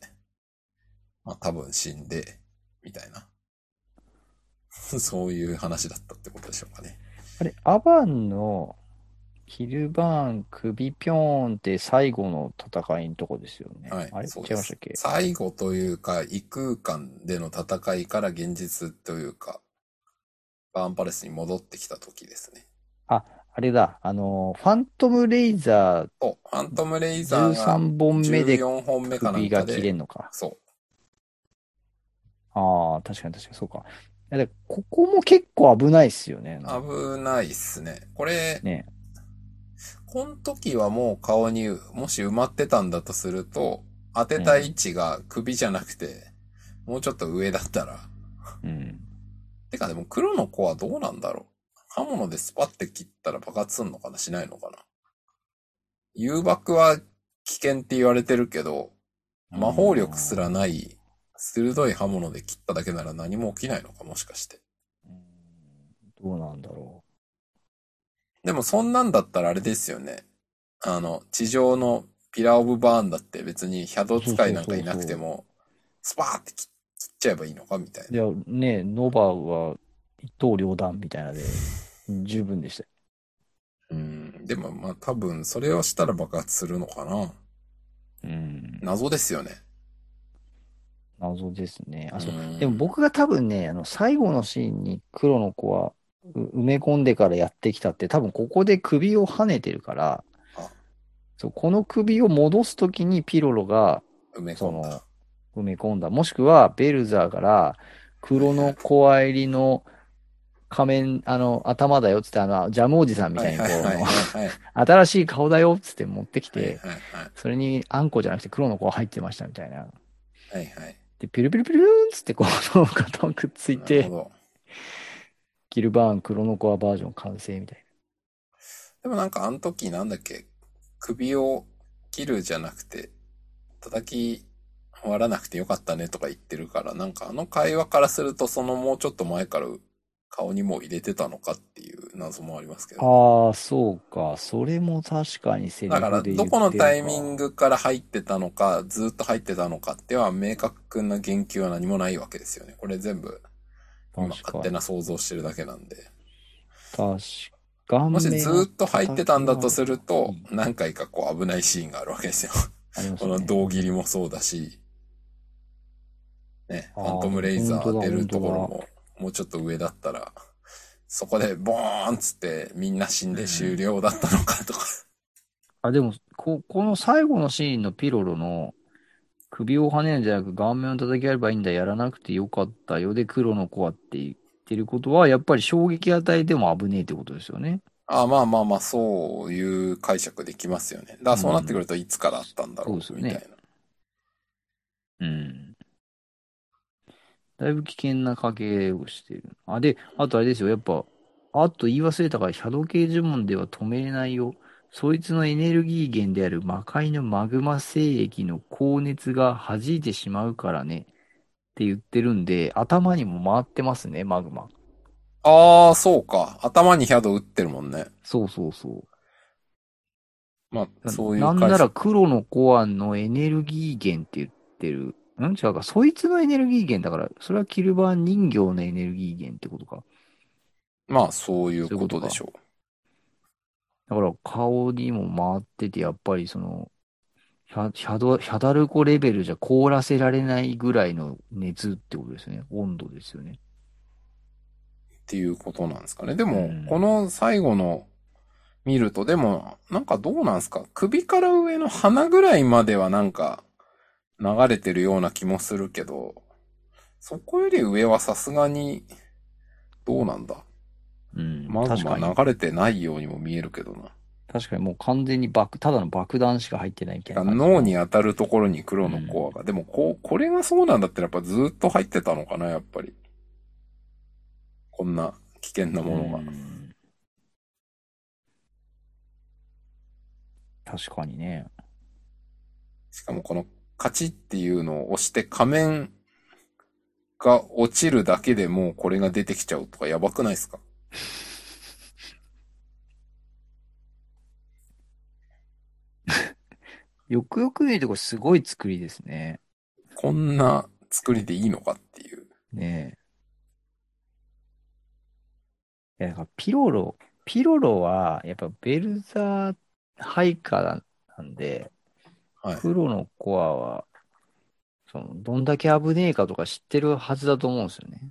A: まあ多分死んで、みたいな。 [laughs] そういう話だったってことでしょうかね。
B: あれ、アバンのキルバーン首ぴょーんって最後の戦いのとこですよね。
A: はい。
B: あれ、違い
A: そう
B: ま
A: です
B: したっけ
A: 最後というか、異空間での戦いから現実というか、バーンパレスに戻ってきた時ですね。
B: あれだ、あのー、ファントムレイザ
A: と、ファントムレイ
B: ー
A: ザーが
B: 13本目で
A: 14本目かなん
B: 首
A: か
B: が切れ
A: で、
B: んのか。
A: そ
B: ああ、確かに確かに、そうか。いやでここも結構危ないっすよね。なんか
A: う、危ないっすね。これ、
B: ね。
A: この時はもう顔にもし埋まってたんだとすると、当てた位置が首じゃなくて、もうちょっと上だったら。
B: うん。
A: てかでも黒の子はどうなんだろう。刃物でスパって切ったら爆発すんのかなしないのかな誘爆は危険って言われてるけど、魔法力すらない、鋭い刃物で切っただけなら何も起きないのかもしかして。
B: うん。どうなんだろ。
A: でもそんなんだったらあれですよね。あの、地上のピラーオブバーンだって別にシャドウ使いなんかいなくても、スパーって切切っちゃえばいいのかみたいうな。
B: いや、ね、ノバは一刀両断みたいなので、十分でしたよ。
A: うん。でもまあ多分それをしたら爆発するのかな。
B: うん。
A: 謎ですよね。
B: 謎ですね。あ、そう
A: う。ん
B: でも僕が多分ね、あの、最後のシーンに黒の子はう埋め込んでからやってきたって、多分ここで首を跳ねてるから
A: あ、
B: そう、この首を戻すときにピロロが
A: 埋め込んだ。
B: 埋め込んだ。もしくは、ベルザーから、黒の子入りの仮面、あの、頭だよっつって、あの、ジャムおじさんみ
A: は
B: たい
A: い
B: に、
A: は
B: こ
A: いはいはい
B: の、
A: はい。
B: 新しい顔だよっつって持ってき
A: はい
B: て、
A: はい
B: それにあんこじゃなくて黒の子が入ってましたみたいな。
A: はいはいはい。
B: で、ピルピルピルーンっつって、 [laughs] この肩をくっつい
A: なる
B: て
A: ほ、ど。
B: ギルバーン、黒の子はバージョン完成みたい
A: でもなんかあの時なんだっけ、首を切るじゃなくて、叩き割らなくてよかったねとか言ってるから、なんかあの会話からするとそのもうちょっと前から顔にもう入れてたのかっていう謎もありますけ
B: な。
A: ど。
B: ああ、そうか。それも確かにセリ
A: だ
B: フ
A: から
B: で
A: どこのタイミン
B: グ
A: グから入ってたのか、ずっと入ってたのかっては明確な言及は何もないわけですよね。これ全部今勝手な想像してるだけなんで。
B: 確か
A: もしずっと入ってたんだとすると
B: う、
A: 何回かこう危ないシーンがあるわけですよ。
B: ありました
A: こ
B: ね
A: の胴切りもそうだし、ね、
B: あ
A: フ
B: ー
A: ァントムレイザー
B: 本当
A: 当
B: だ
A: てるところ
B: 本
A: も、もうちょっと上だったら、そこでボーンっつってみんな死んで終了だったのかとか。
B: あ、でも、こ、この最後のシーンのピロロの、首を跳ねるんじゃなく顔面を叩き合えばいいんだ、やらなくてよかったよで、黒の子はって言ってることは、やっぱり衝撃与えても危ねえってことですよね。
A: あまあまあまあ、そういう解釈できますよね。だからそうなってくるといつからあったんだろう
B: うん、そう
A: み
B: ですよね
A: たいな。
B: うん。だいぶ危険な掛けをしてる。あ、で、あとあれですよ、やっぱ、あと言い忘れたから、シャドウ系呪文では止めれないよ。そいつのエネルギー源である魔界のマグマ聖液の高熱が弾いてしまうからね。って言ってるんで、頭にも回ってますね、マグマ。
A: ああ、そうか。頭にヒャド打ってるもんね。
B: そうそうそう。
A: まあ、そういう
B: な
A: 解
B: ん
A: 釈。
B: なら黒のコアのエネルギー源って言ってる。ん違うか。そいつのエネルギー源だから、それはキルバーン人形のエネルギー源ってことか。
A: まあ、そういうことでしょう。
B: だから顔にも回ってて、やっぱりその、ヒャ、ヒャド、ヒャダルコレベルじゃ凍らせられないぐらいの熱ってことですよね。温度ですよね。
A: っていうことなんですかね。でも、
B: うん
A: この最後の見ると、でも、なんかどうなんですか首から上の鼻ぐらいまではなんか流れてるような気もするけど、そこより上はさすがに、どうなんだ
B: うん。
A: マグ
B: 確かに。
A: マ流れてないようにも見えるけどな。
B: 確かにもう完全に爆、ただの爆弾しか入ってないみたいな感じ。
A: 脳に当たるところに黒のコアが。でもこう、これがそうなんだったらやっぱずっと入ってたのかな、やっぱり。こんな危険なものが。
B: うん確かにね。
A: しかもこのカチっていうのを押して仮面が落ちるだけでもうこれが出てきちゃうとかやばくないですか
B: よくよく見るとこれすごい作りですね。
A: こんな作りでいいのかっていう。
B: ねえ。いや、だからピロロ、ピロロは、やっぱベルザーハイカーなんで、
A: はい。
B: 黒のコアは、その、どんだけ危ねえかとか知ってるはずだと思うんですよね。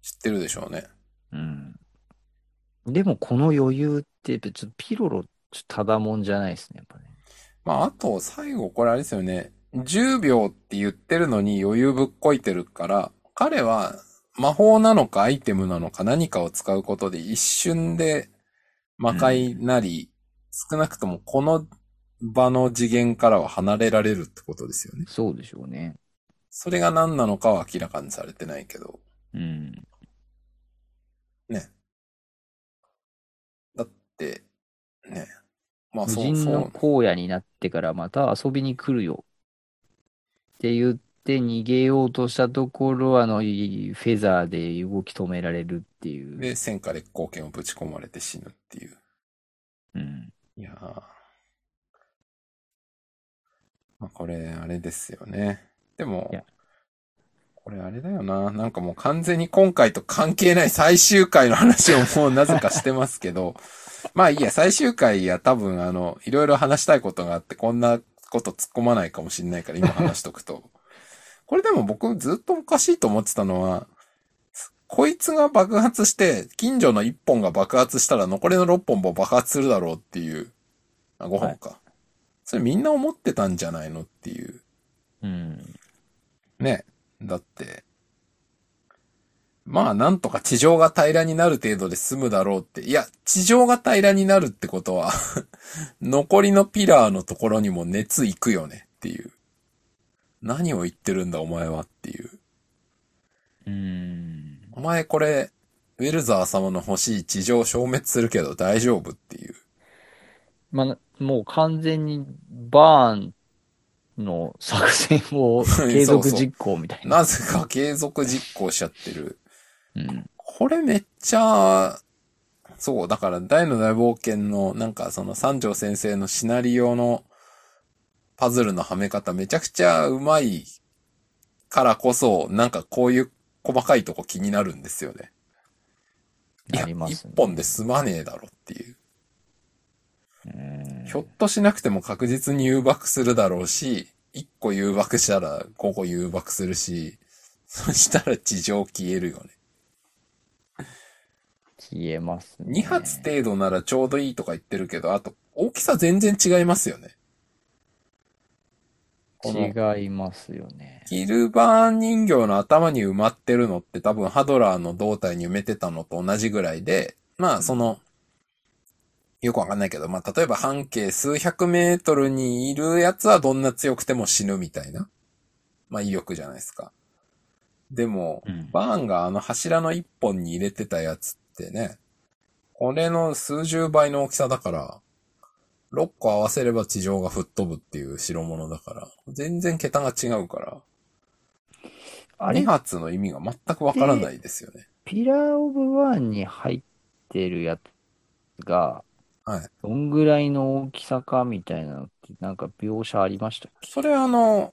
A: 知ってるでしょうね。
B: うん。でも、この余裕って、やっぱちょっとピロロ、ちょっとただもんじゃないですね、やっぱね。
A: まあ、あと最後これあれですよね。10秒って言ってるのに余裕ぶっこいてるから、彼は魔法なのかアイテムなのか何かを使うことで一瞬で魔界なり、少なくともこの場の次元からは離れられるってことですよね。
B: そうでしょうね。
A: それが何なのかは明らかにされてないけど。
B: うん。
A: ね。だって、ね。まあ、
B: 無
A: そう、
B: 人
A: そ
B: の
A: う。
B: 荒野になってからまた遊びに来るよ。って言って逃げようとしたところ、あの、フェザーで動き止められるっていう。
A: で、戦火烈光剣をぶち込まれて死ぬっていう。
B: うん。
A: いやーまあ、これ、あれですよね。でも
B: いや、
A: これあれだよな。なんかもう完全に今回と関係ない最終回の話をもうなぜかしてますけ
B: [laughs]
A: ど、まあいいや、最終回や多分あの、いろいろ話したいことがあって、こんなこと突っ込まないかもしれないから今話しとく
B: [laughs]
A: と。これでも僕ずっとおかしいと思ってたのは、こいつが爆発して、近所の1本が爆発したら残りの6本も爆発するだろうっていう、あ、5本か。それみんな思ってたんじゃないのっていう。
B: うん。
A: ね。だって、まあなんとか地上が平らになる程度で済むだろうって。いや、地上が平らになるってことは、 [laughs] 残りのピラーのところにも熱いくよねっていう。何を言ってるんだお前はっていう。
B: うん。
A: お前これ、ウェルザー様の欲しい地上消滅するけど大丈夫っていう。
B: まあな、もう完全にバーンの作戦
A: [laughs]
B: を継続実行みたいな。
A: なぜか継続実行しちゃってる。
B: うん。
A: これめっちゃ、そう、だから大の大冒険のなんかその三条先生のシナリオのパズルのはめ方めちゃくちゃうまいからこそなんかこういう細かいとこ気になるんですよね。い
B: な
A: や、
B: りま
A: 一
B: すね。
A: 本で済まねえだろっていう。
B: うん
A: ひょっとしなくても確実に誘爆するだろうし、1個誘爆したら5個誘爆するし、そしたら地上消えるよね。
B: 消えますね。
A: 2発程度ならちょうどいいとか言ってるけど、あと、大きさ全然違いますよね。この、
B: 違いますよね。
A: キルバーン人形の頭に埋まってるのって多分ハドラーの胴体に埋めてたのと同じぐらいで、まあその、よくわかんないけど、まあ例えば半径数百メートルにいるやつはどんな強くても死ぬみたいな、まあ威力じゃないですか。でも、
B: うん。
A: バーンがあの柱の一本に入れてたやつってね、これの数十倍の大きさだから、6個合わせれば地上が吹っ飛ぶっていう代物だから、全然桁が違うから、
B: あれ
A: 2発の意味が全くわからないですよね。
B: ピラー・オブ・ワンに入ってるやつが、
A: はい。
B: どんぐらいの大きさかみたいなのって、なんか描写ありましたっけ
A: それはあの、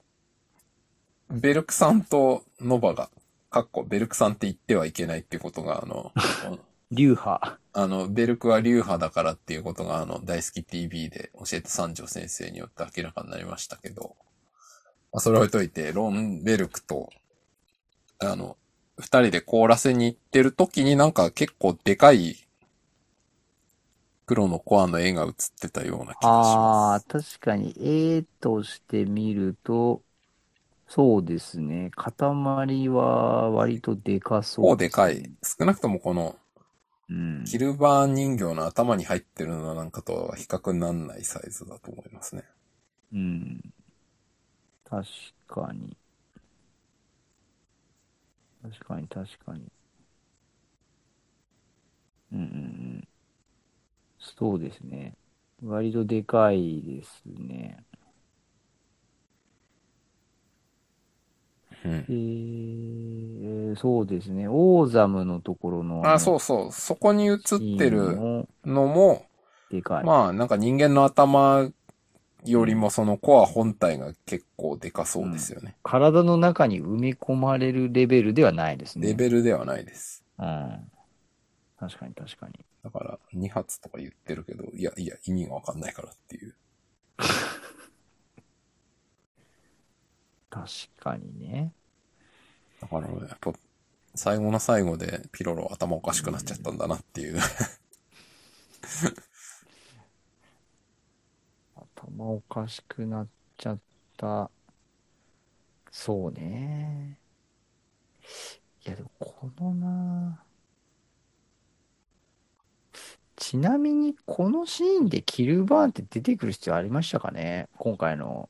A: ベルクさんとノバが、かっこベルクさんって言ってはいけないっていうことが、あの、
B: 流派。
A: あの、ベルクは流派だからっていうことが、あの、大好き TV で教えた三条先生によって明らかになりましたけど、まあ、それを置いといて、ロン・ベルクと、あの、二人で凍らせに行ってる時になんか結構でかい黒のコアの絵が映ってたような気がし
B: あ
A: ま
B: あ、確かに絵として見ると、そうですね。塊は割とでかそ
A: お
B: う
A: で
B: です
A: かい。少なくともこの、
B: うん。
A: キルバーン人形の頭に入ってるのなんかとは比較にならないサイズだと思いますね。
B: うん。確かに。確かに、確かに。うんうんうん。そうですね。割とでかいですね。
A: うん
B: え。ー、そうですね。オーザムのところの
A: あ、そううそう。そこに映って
B: シーン
A: る
B: も
A: のも、
B: でかい。
A: まあなんか人間の頭よりもそのコア本体が結構でかそうですよね。
B: 体の中に埋め込まれるレベルではないですね。
A: レベルではないです。
B: うん。確かに、確かに。
A: だから2発とか言ってるけど、いやいや意味がわかんないからっていう。
B: 確かにね。
A: だからねやっぱ最後の最後でピロロ頭おかしくなっちゃったんだなっていう。
B: 頭おかしくなっちゃった。そうね。いや、でもこのな。ちなみに、このシーンでキルバーンって出てくる必要ありましたかね今回の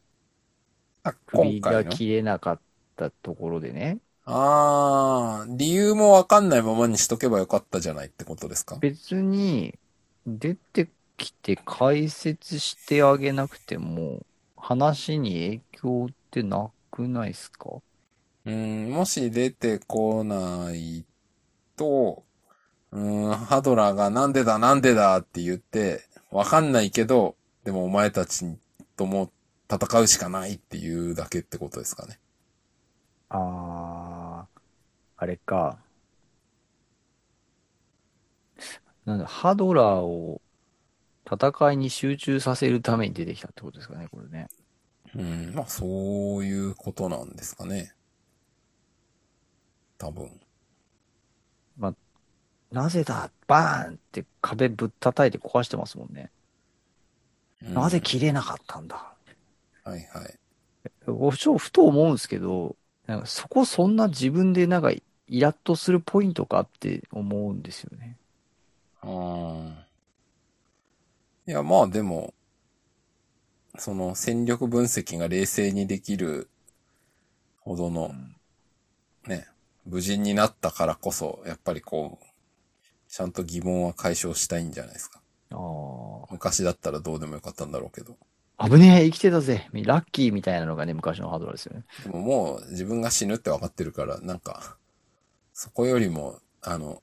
A: あ [laughs] 今
B: 首が
A: 回の。
B: 切れなかったところでね。
A: あー、理由もわかんないままにしとけばよかったじゃないってことですか
B: 別に出てきて解説してあげなくても話に影響ってなくないですか
A: うん、もし出てこないと、うん、ハドラーがなんでだなんでだって言って、わかんないけど、でもお前たちとも戦うしかないっていうだけってことですかね。
B: あー、あれか。なんだ、ハドラーを戦いに集中させるために出てきたってことですかね、これね。
A: うん、まあそういうことなんですかね。多分。
B: なぜだバーンって壁ぶったたいて壊してますもんね。
A: うん
B: なぜ切れなかったんだ
A: はいはい。
B: おちょふと思うんですけど、なんかそこそんな自分でなんかイラッとするポイントかって思うんですよね。
A: うん。いや、まあでも、その戦力分析が冷静にできるほどの
B: ん、
A: ね、無人になったからこそ、やっぱりこう、ちゃんと疑問は解消したいんじゃないですか。
B: あ
A: 昔だったらどうでもよかったんだろうけど。
B: あ。危ねえ、生きてたぜ。ラッキーみたいなのがね、昔のハードラーですよね。
A: でももう自分が死ぬって分かってるから、なんか、そこよりも、あの、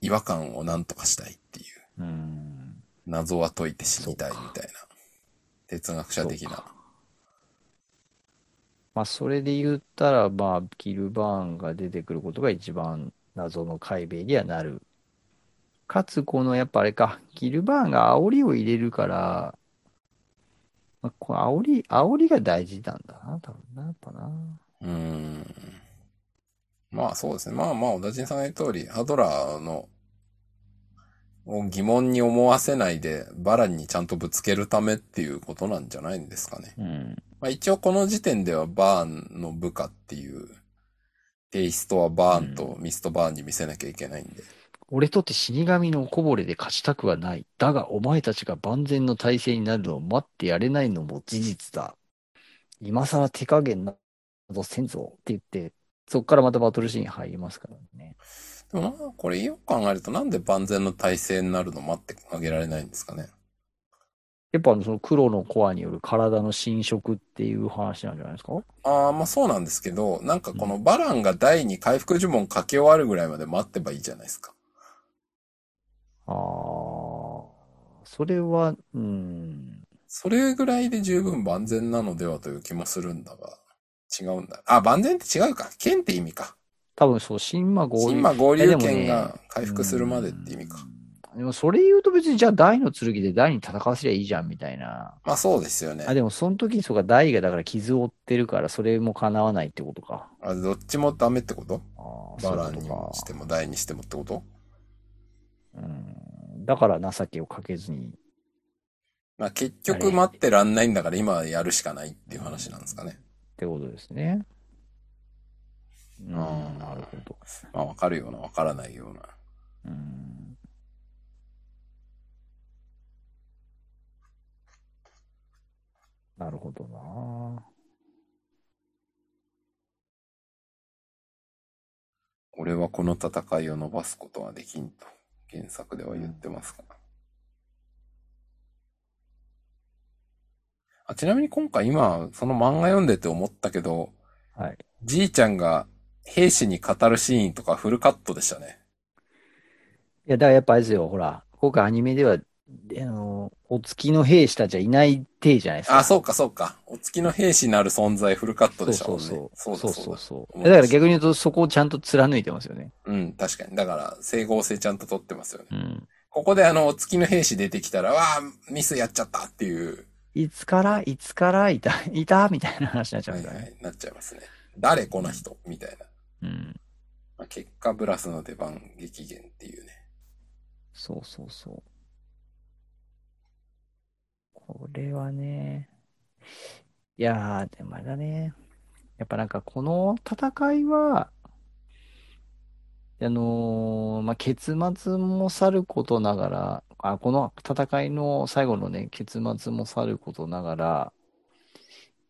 A: 違和感をなんとかしたいっていう。
B: うん。
A: 謎は解いて死にたいみ
B: そうか
A: たいな。哲学者的
B: そう
A: な
B: か。まあ、それで言ったら、まあ、キルバーンが出てくることが一番謎の解明にはなる。かつ、この、やっぱあれか、キルバーンが煽りを入れるから、まあ、この煽り、煽りが大事なんだな、多分な、やっぱな。
A: うーん。まあそうですね。まあまあ、小田人さんが言う通り、ハドラーの、を疑問に思わせないで、バランにちゃんとぶつけるためっていうことなんじゃないんですかね。
B: うん。
A: まあ一応この時点ではバーンの部下っていう、テイストはバーンとミストバーンに見せなきゃいけないんで。
B: 俺とって死神のこぼれで勝ちたくはない。だが、お前たちが万全の体制になるのを待ってやれないのも事実だ。今更手加減などせんぞって言って、そこからまたバトルシーン入りますからね。
A: でもなこれよく考えるとなんで万全の体制になるの待ってあげられないんですかね。
B: やっぱあのその黒のコアによる体の侵食っていう話なんじゃないですか
A: ああ、まあそうなんですけど、なんかこのバランが第二回復呪文かけ終わるぐらいまで待ってばいいじゃないですか。
B: あー、それは、うん、
A: それぐらいで十分万全なのではという気もするんだが、違うんだ。あ、万全って違うか。剣って意味か。
B: 多分そう、新魔合
A: 新
B: 流
A: 魔合
B: いや
A: 流
B: でもね
A: 剣が回復するまでって意味か。。
B: うんでもそれ言うと別にじゃあ大の剣で大に戦わせりゃいいじゃんみたいな。
A: まあそうですよね
B: あ、。でもその時にそうか大がだから傷を負ってるからそれも叶わないってことか。
A: あどっちもダメってこと
B: あー
A: バラ
B: そう
A: ン
B: いう
A: に
B: こ
A: もしても第にしてもってこと
B: とかうん。だから情けをかけずに。
A: まあ結局待ってらんないんだから今やるしかないっていう話なんですかね。
B: ってことですね。うん、
A: あー
B: なるほど。
A: まあ、わかるような、わからないような。
B: うん。なるほどな。
A: 俺はこの戦いを伸ばすことはできんと、原作では言ってますから。あちなみに今回今、その漫画読んでて思ったけど、
B: はい。
A: じいちゃんが兵士に語るシーンとかフルカットでしたね。
B: いや、だからやっぱあれですよ、ほら、今回アニメでは、あの、お月の兵士たちはいない体じゃないですか。
A: あ、そうかそうか。お月の兵士なる存在フルカットでした
B: そ
A: も
B: うん
A: ね。
B: そうそう。
A: そ
B: そうう
A: だそうだ
B: そうそ
A: 思
B: う。
A: い出
B: だ
A: した
B: から逆に言うと、そこをちゃんと貫いてますよね。
A: うん、確かに。だから、整合性ちゃんと取ってますよね。
B: うん。
A: ここであの、お月の兵士出てきたら、わあ、ミスやっちゃったっていう、
B: いつから、いつから、いた、いた、みたいな話になっちゃう
A: は
B: ん
A: い
B: だ
A: は
B: よね。
A: い、なっちゃいますね。誰この人みたいな。
B: うん。
A: まあ、結果、ブラスの出番激減っていうね。
B: そうそうそう。これはね、いやー、でもあれだね。やっぱなんかこの戦いは、あのーまあ、結末もさることながら、あ、この戦いの最後のね、結末もさることながら、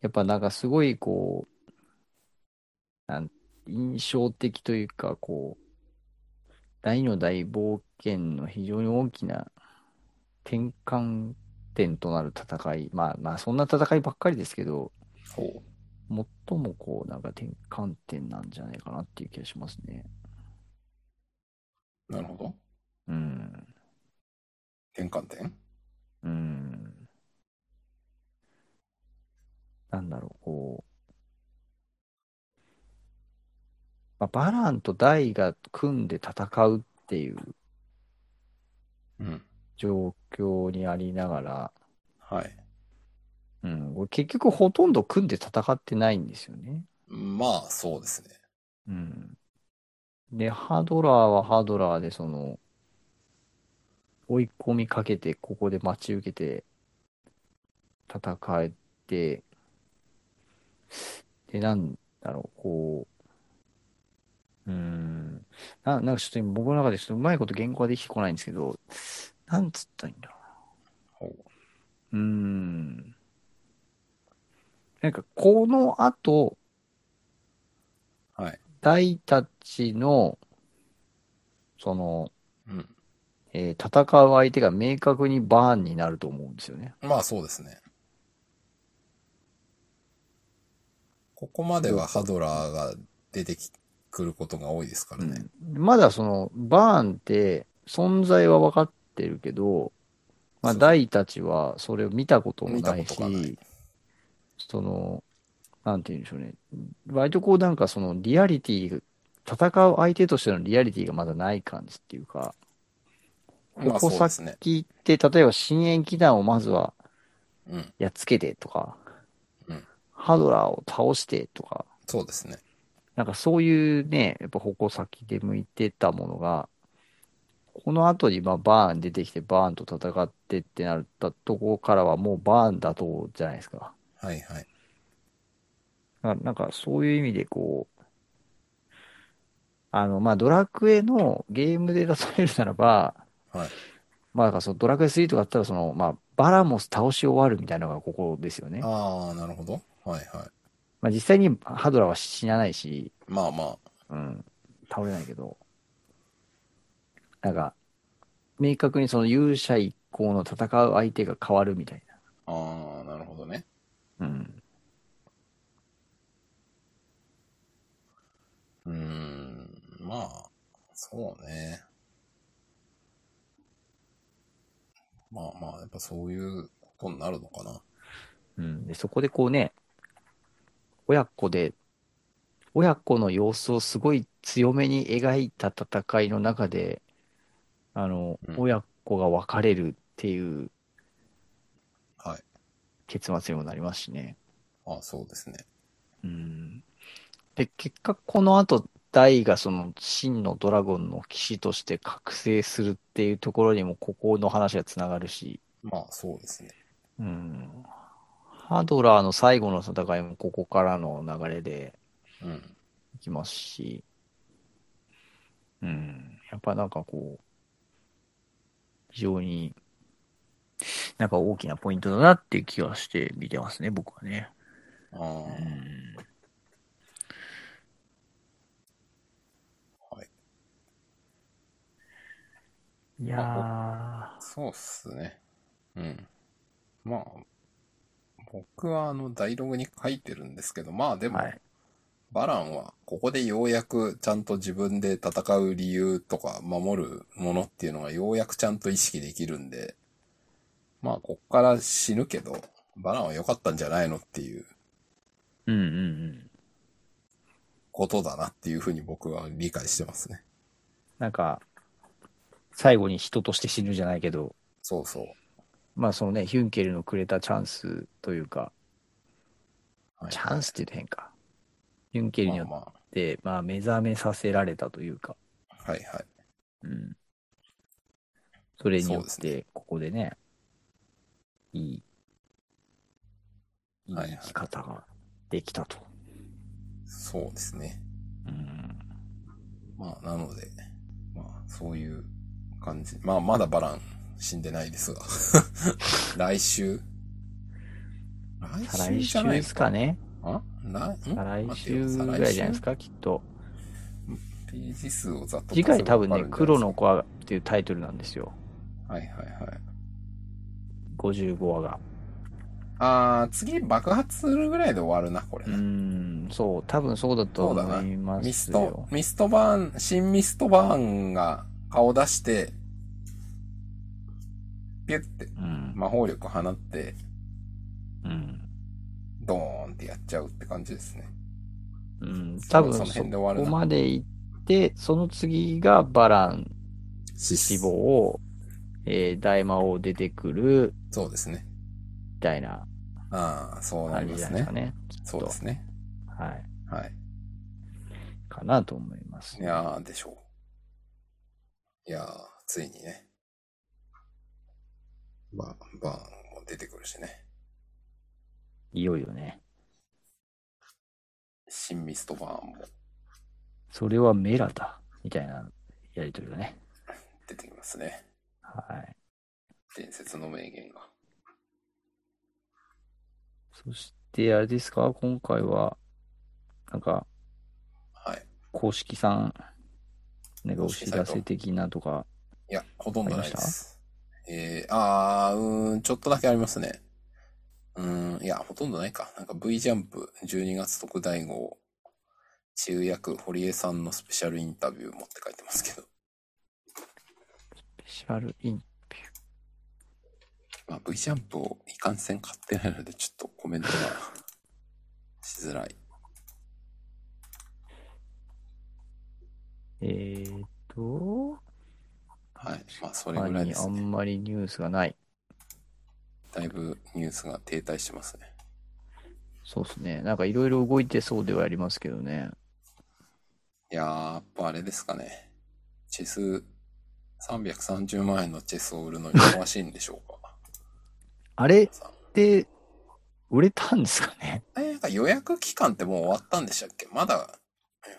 B: やっぱなんかすごいこう、なん印象的というか、こう、大の大冒険の非常に大きな転換点となる戦い、まあまあそんな戦いばっかりですけど、
A: ほ
B: 最もこうなんか転換点なんじゃないかなっていう気がしますね。
A: う。なるほど。
B: うん。
A: 転換点
B: うん。なんだろう、こう。まあ、バランとダイが組んで戦うっていう
A: うん。
B: 状況にありながら、
A: はい。
B: うん、これ結局ほとんど組んで戦ってないんですよね。
A: まあ、そうですね。
B: うん。で、ハドラーはハドラーで、その、追い込みかけて、ここで待ち受けて、戦えて、で、なんだろう、こう、うーん、な、なんかちょっと今僕の中でちょっとうまいこと言語ができてこないんですけど、なんつったらいいんだろう
A: ほう。
B: うーん。なんか、この後、
A: はい。
B: 大たちの、その、
A: うん。
B: えー戦う相手が明確にバーンになると思うんですよね。
A: まあ、そうですね。ここまではハドラーが出てきくることが多いですからね。
B: まだその、バーンって存在は分かってるけど、まあ、
A: そう
B: 大たちはそれを見たことも
A: 見た
B: な
A: こ
B: い
A: とがない
B: し、その、なんて言うんでしょうね。割とこうなんかそのリアリティが、戦う相手としてのリアリティがまだない感じっていうか、
A: まあ、
B: ここ
A: そうですね。
B: 聞いて、例えば深淵祈団をまずは
A: うん。
B: やっつけてとか、
A: うん
B: ハドラーを倒してとか、
A: そうですね。
B: なんかそういうね、やっぱ矛先で向いてたものが、この後にまあバーン出てきてバーンと戦ってってなったとこからはもうバーン打倒じゃないですか。
A: はいはい。
B: ななんかそういう意味でこう、あの、まあドラクエのゲームで出されるならば、
A: はい。
B: まあだからそのドラクエ3とかだったらその、まあバラモス倒し終わるみたいなのがここですよね。
A: ああ、なるほど。はいはい。
B: まあ実際にハドラーは死なないし、
A: まあまあ。
B: うん、倒れないけど、なんか、明確にその勇者一行の戦う相手が変わるみたい
A: ああ、なるほどね。
B: な。うん。
A: うーん。まあ、そうね。まあまあ、やっぱそういうことになるのかな。
B: うん、で、そこでこうね、親子で、親子の様子をすごい強めに描いた戦いの中で、あの、
A: うん
B: 親子が別れるっていう
A: はい。
B: 結末にもなりますしね。
A: ああ、そうですね。
B: うんで、結果、この後、ダイがその真のドラゴンの騎士として覚醒するっていうところにも、ここの話がつながるし、
A: まあ、そうですね。
B: うん、ハドラーの最後の戦いもここからの流れで
A: うん。
B: いきますし、うん、やっぱなんかこう、非常になんか大きなポイントだなっていう気がして見てますね、僕はね。
A: あー
B: うん
A: はい。
B: いやー、
A: そうっすね。うん。まあ、僕はあの、ダイログに書いてるんですけど、まあでも、
B: はい。
A: バランは、ここでようやくちゃんと自分で戦う理由とか守るものっていうのがようやくちゃんと意識できるんで、まあ、こっから死ぬけど、バランは良かったんじゃないのっていう
B: うんうんうん。
A: ことだなっていうふうに僕は理解してますね。
B: なんか、最後に人として死ぬじゃないけど、
A: そうそう。
B: まあそのね、ヒュンケルのくれたチャンスというか、
A: はい
B: チャンスって言うと変か。ヒュンケルによ
A: まあま
B: って、まあ目覚めさせられたというか、
A: あ、はいはい。
B: うん。それによっ
A: そうで
B: て、ここでね、いい、いい
A: はいはい
B: 生き方ができたと。
A: そうですね。
B: うん。
A: まあ、なので、まあ、そういう感じ。まあ、まだバラン死んでないですが。 [laughs] 来週
B: 再
A: 来
B: 来
A: 週じゃ
B: 週
A: ない
B: で
A: ですす
B: か
A: か。
B: ね。
A: あな
B: 再
A: ん
B: 来
A: 待てよ
B: 週ぐらいじゃないですか、きっと。
A: ページ数をざっと
B: 次回多分
A: 足
B: ね
A: せ、ば
B: 黒の
A: わか
B: 子はっていうタイトルなんですよ。
A: るんじゃないですか。はいはいはい。
B: 55話が。
A: あー、次爆発するぐらいで終わるな、これ
B: う
A: な。
B: ーん、そう、多分そうだと
A: そう
B: 思
A: だない
B: ま
A: ミ
B: す
A: ス
B: よ
A: ト。、ミストバーン、新ミストバーンが顔出して、ピュって
B: うん。
A: 魔法力放って、
B: うん。
A: ドーンってやっちゃうって感じですね。
B: うん。多分
A: そ
B: そ
A: の辺で終わる
B: こ
A: な
B: まで行って、その次がバラン
A: 死
B: 死亡を、えー大魔王出てくる、
A: そうですね。
B: みたいな
A: ああ、そうな
B: 感
A: り
B: じ
A: ま
B: じゃ
A: す
B: ない
A: ね
B: ですか。ね。
A: そうですね。
B: はい。
A: はい。
B: かなと思います
A: い。やー、でしょう。いやー、ついにね。バーン、バーンも出てくるしね。
B: いよいよね。
A: 新ミストバーンも
B: それはメラだ。みたいなやりとりがね。
A: 出てきますね。
B: はい。
A: 伝説の名言が。
B: そして、あれですか今回は、なんか、
A: はい。
B: 公式さん、なんかお知らせ的なとか、
A: いや、ほとんどないです。えー、あー、うーん、ちょっとだけありますね。うーん、いや、ほとんどないか。なんか V ジャンプ12月特大号、中役堀江さんのスペシャルインタビューもって書いてますけど。
B: スペシャルイン
A: まあ、V ジャンプをいかんせん買ってないので、ちょっとコメントがしづらい。
B: えーっと、
A: はい。まあ、それ
B: 他
A: ぐらいで
B: にあ
A: すね。
B: んまりニュースがない。
A: だいぶニュースが停滞してますね。
B: そうですね。なんかいろいろ動いてそうではありますけどね。
A: いやー、やっぱあれですかね。チェス、330万円のチェスを売るのに詳しいんでしょうか。 [laughs]
B: あれっ
A: さん
B: て、売れたんですかね
A: あれなんか予約期間ってもう終わったんでしたっけまだ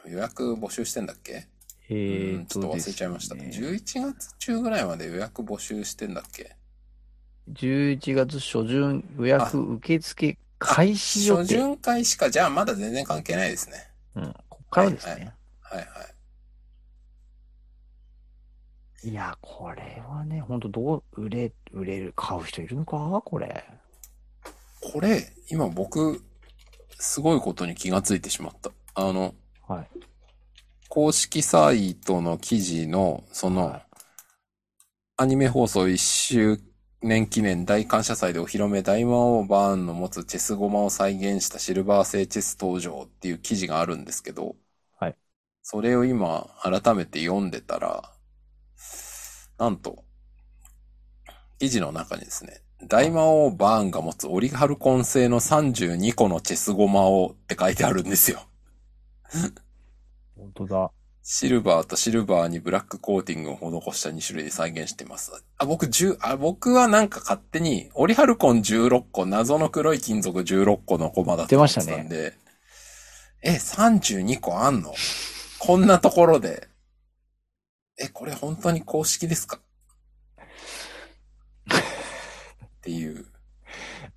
A: 予約募集してんだっけ
B: え
A: う
B: ー
A: ん
B: っ
A: ちょっ
B: と
A: と忘
B: で
A: れ
B: すね、
A: ちゃいました。11月中ぐらいまで予約募集してんだっけ
B: 11月初旬予約受付開始予
A: 初
B: 定。
A: 巡回しか、じゃあまだ全然関係ないですね。
B: うん、こっからです
A: はい
B: ね。
A: はいはい。
B: いや、これはね、本当どう、売れ、売れる、買う人いるのかこれ。
A: これ、今僕、すごいことに気がついてしまった。あの、
B: はい。
A: 公式サイトの記事の、そ
B: は
A: の
B: い、
A: アニメ放送1周年記念大感謝祭でお披露目大魔王バーンの持つチェスゴマを再現したシルバー製チェス登場っていう記事があるんですけど、
B: はい。
A: それを今改めて読んでたら、なんと、記事の中にですね、大魔王バーンが持つオリハルコン製の32個のチェスゴマをって書いてあるんですよ。
B: 本当だ。
A: シルバーとシルバーにブラックコーティングを施した2種類で再現してます。あ、僕10、あ、僕はなんか勝手に、オリハルコン16個、謎の黒い金属16個のコマだった
B: 出ましたね
A: んで、え、32個あんのこんなところで。え、これ本当に公式ですかっていう。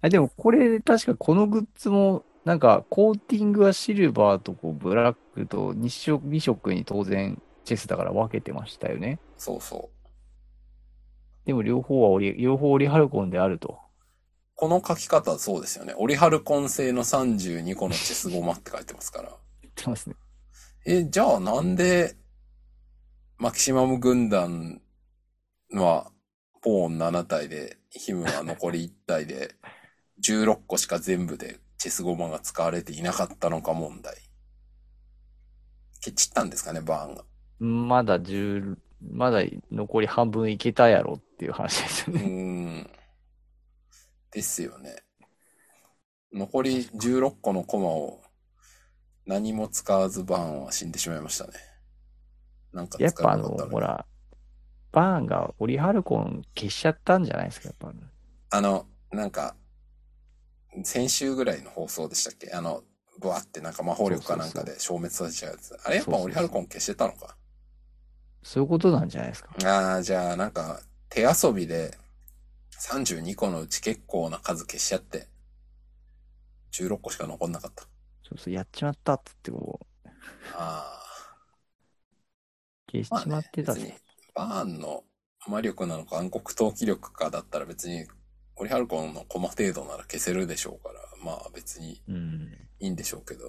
B: あ、でもこれ、確かこのグッズも、なんか、コーティングはシルバーとこうブラックと2色、2色に当然、チェスだから分けてましたよね。
A: そうそう。
B: でも両方はオリ、両方オリハルコンであると。
A: この書き方そうですよね。オリハルコン製の32個のチェスゴマって書いてますから。
B: 言ってますね。
A: え、じゃあなんで、マキシマム軍団は、ポーン7体で、ヒムは残り1体で、16個しか全部でチェスゴマが使われていなかったのか問題。ケチったんですかね、バーンが。
B: まだ10、まだ残り半分いけたやろっていう話ですよ
A: うー
B: ね。
A: ん。ですよね。残り16個のコマを何も使わずバーンは死んでしまいましたね。なんか使
B: や
A: え
B: っぱあ
A: な
B: の、
A: かったのに
B: ほら、バーンがオリハルコン消しちゃったんじゃないですか、やっぱ。
A: あの、なんか、先週ぐらいの放送でしたっけあの、ブワってなんか魔法力かなんかで消滅させちゃうやつ。あれやっぱオリハルコン消してたのか。
B: そういうことなんじゃないですか。
A: ああ、じゃあなんか、手遊びで32個のうち結構な数消しちゃって、16個しか残んなかった。
B: そうそう、やっちまったっつってこう、
A: あ
B: 消し
A: あ、まあ
B: ちまっ
A: ね、
B: てた
A: 別
B: ぜ
A: に、バーンの魔力なのか暗黒闘気力かだったら別に、オリハルコンのコマ程度なら消せるでしょうから、まあ別に
B: うん。
A: いいんでしょうけど。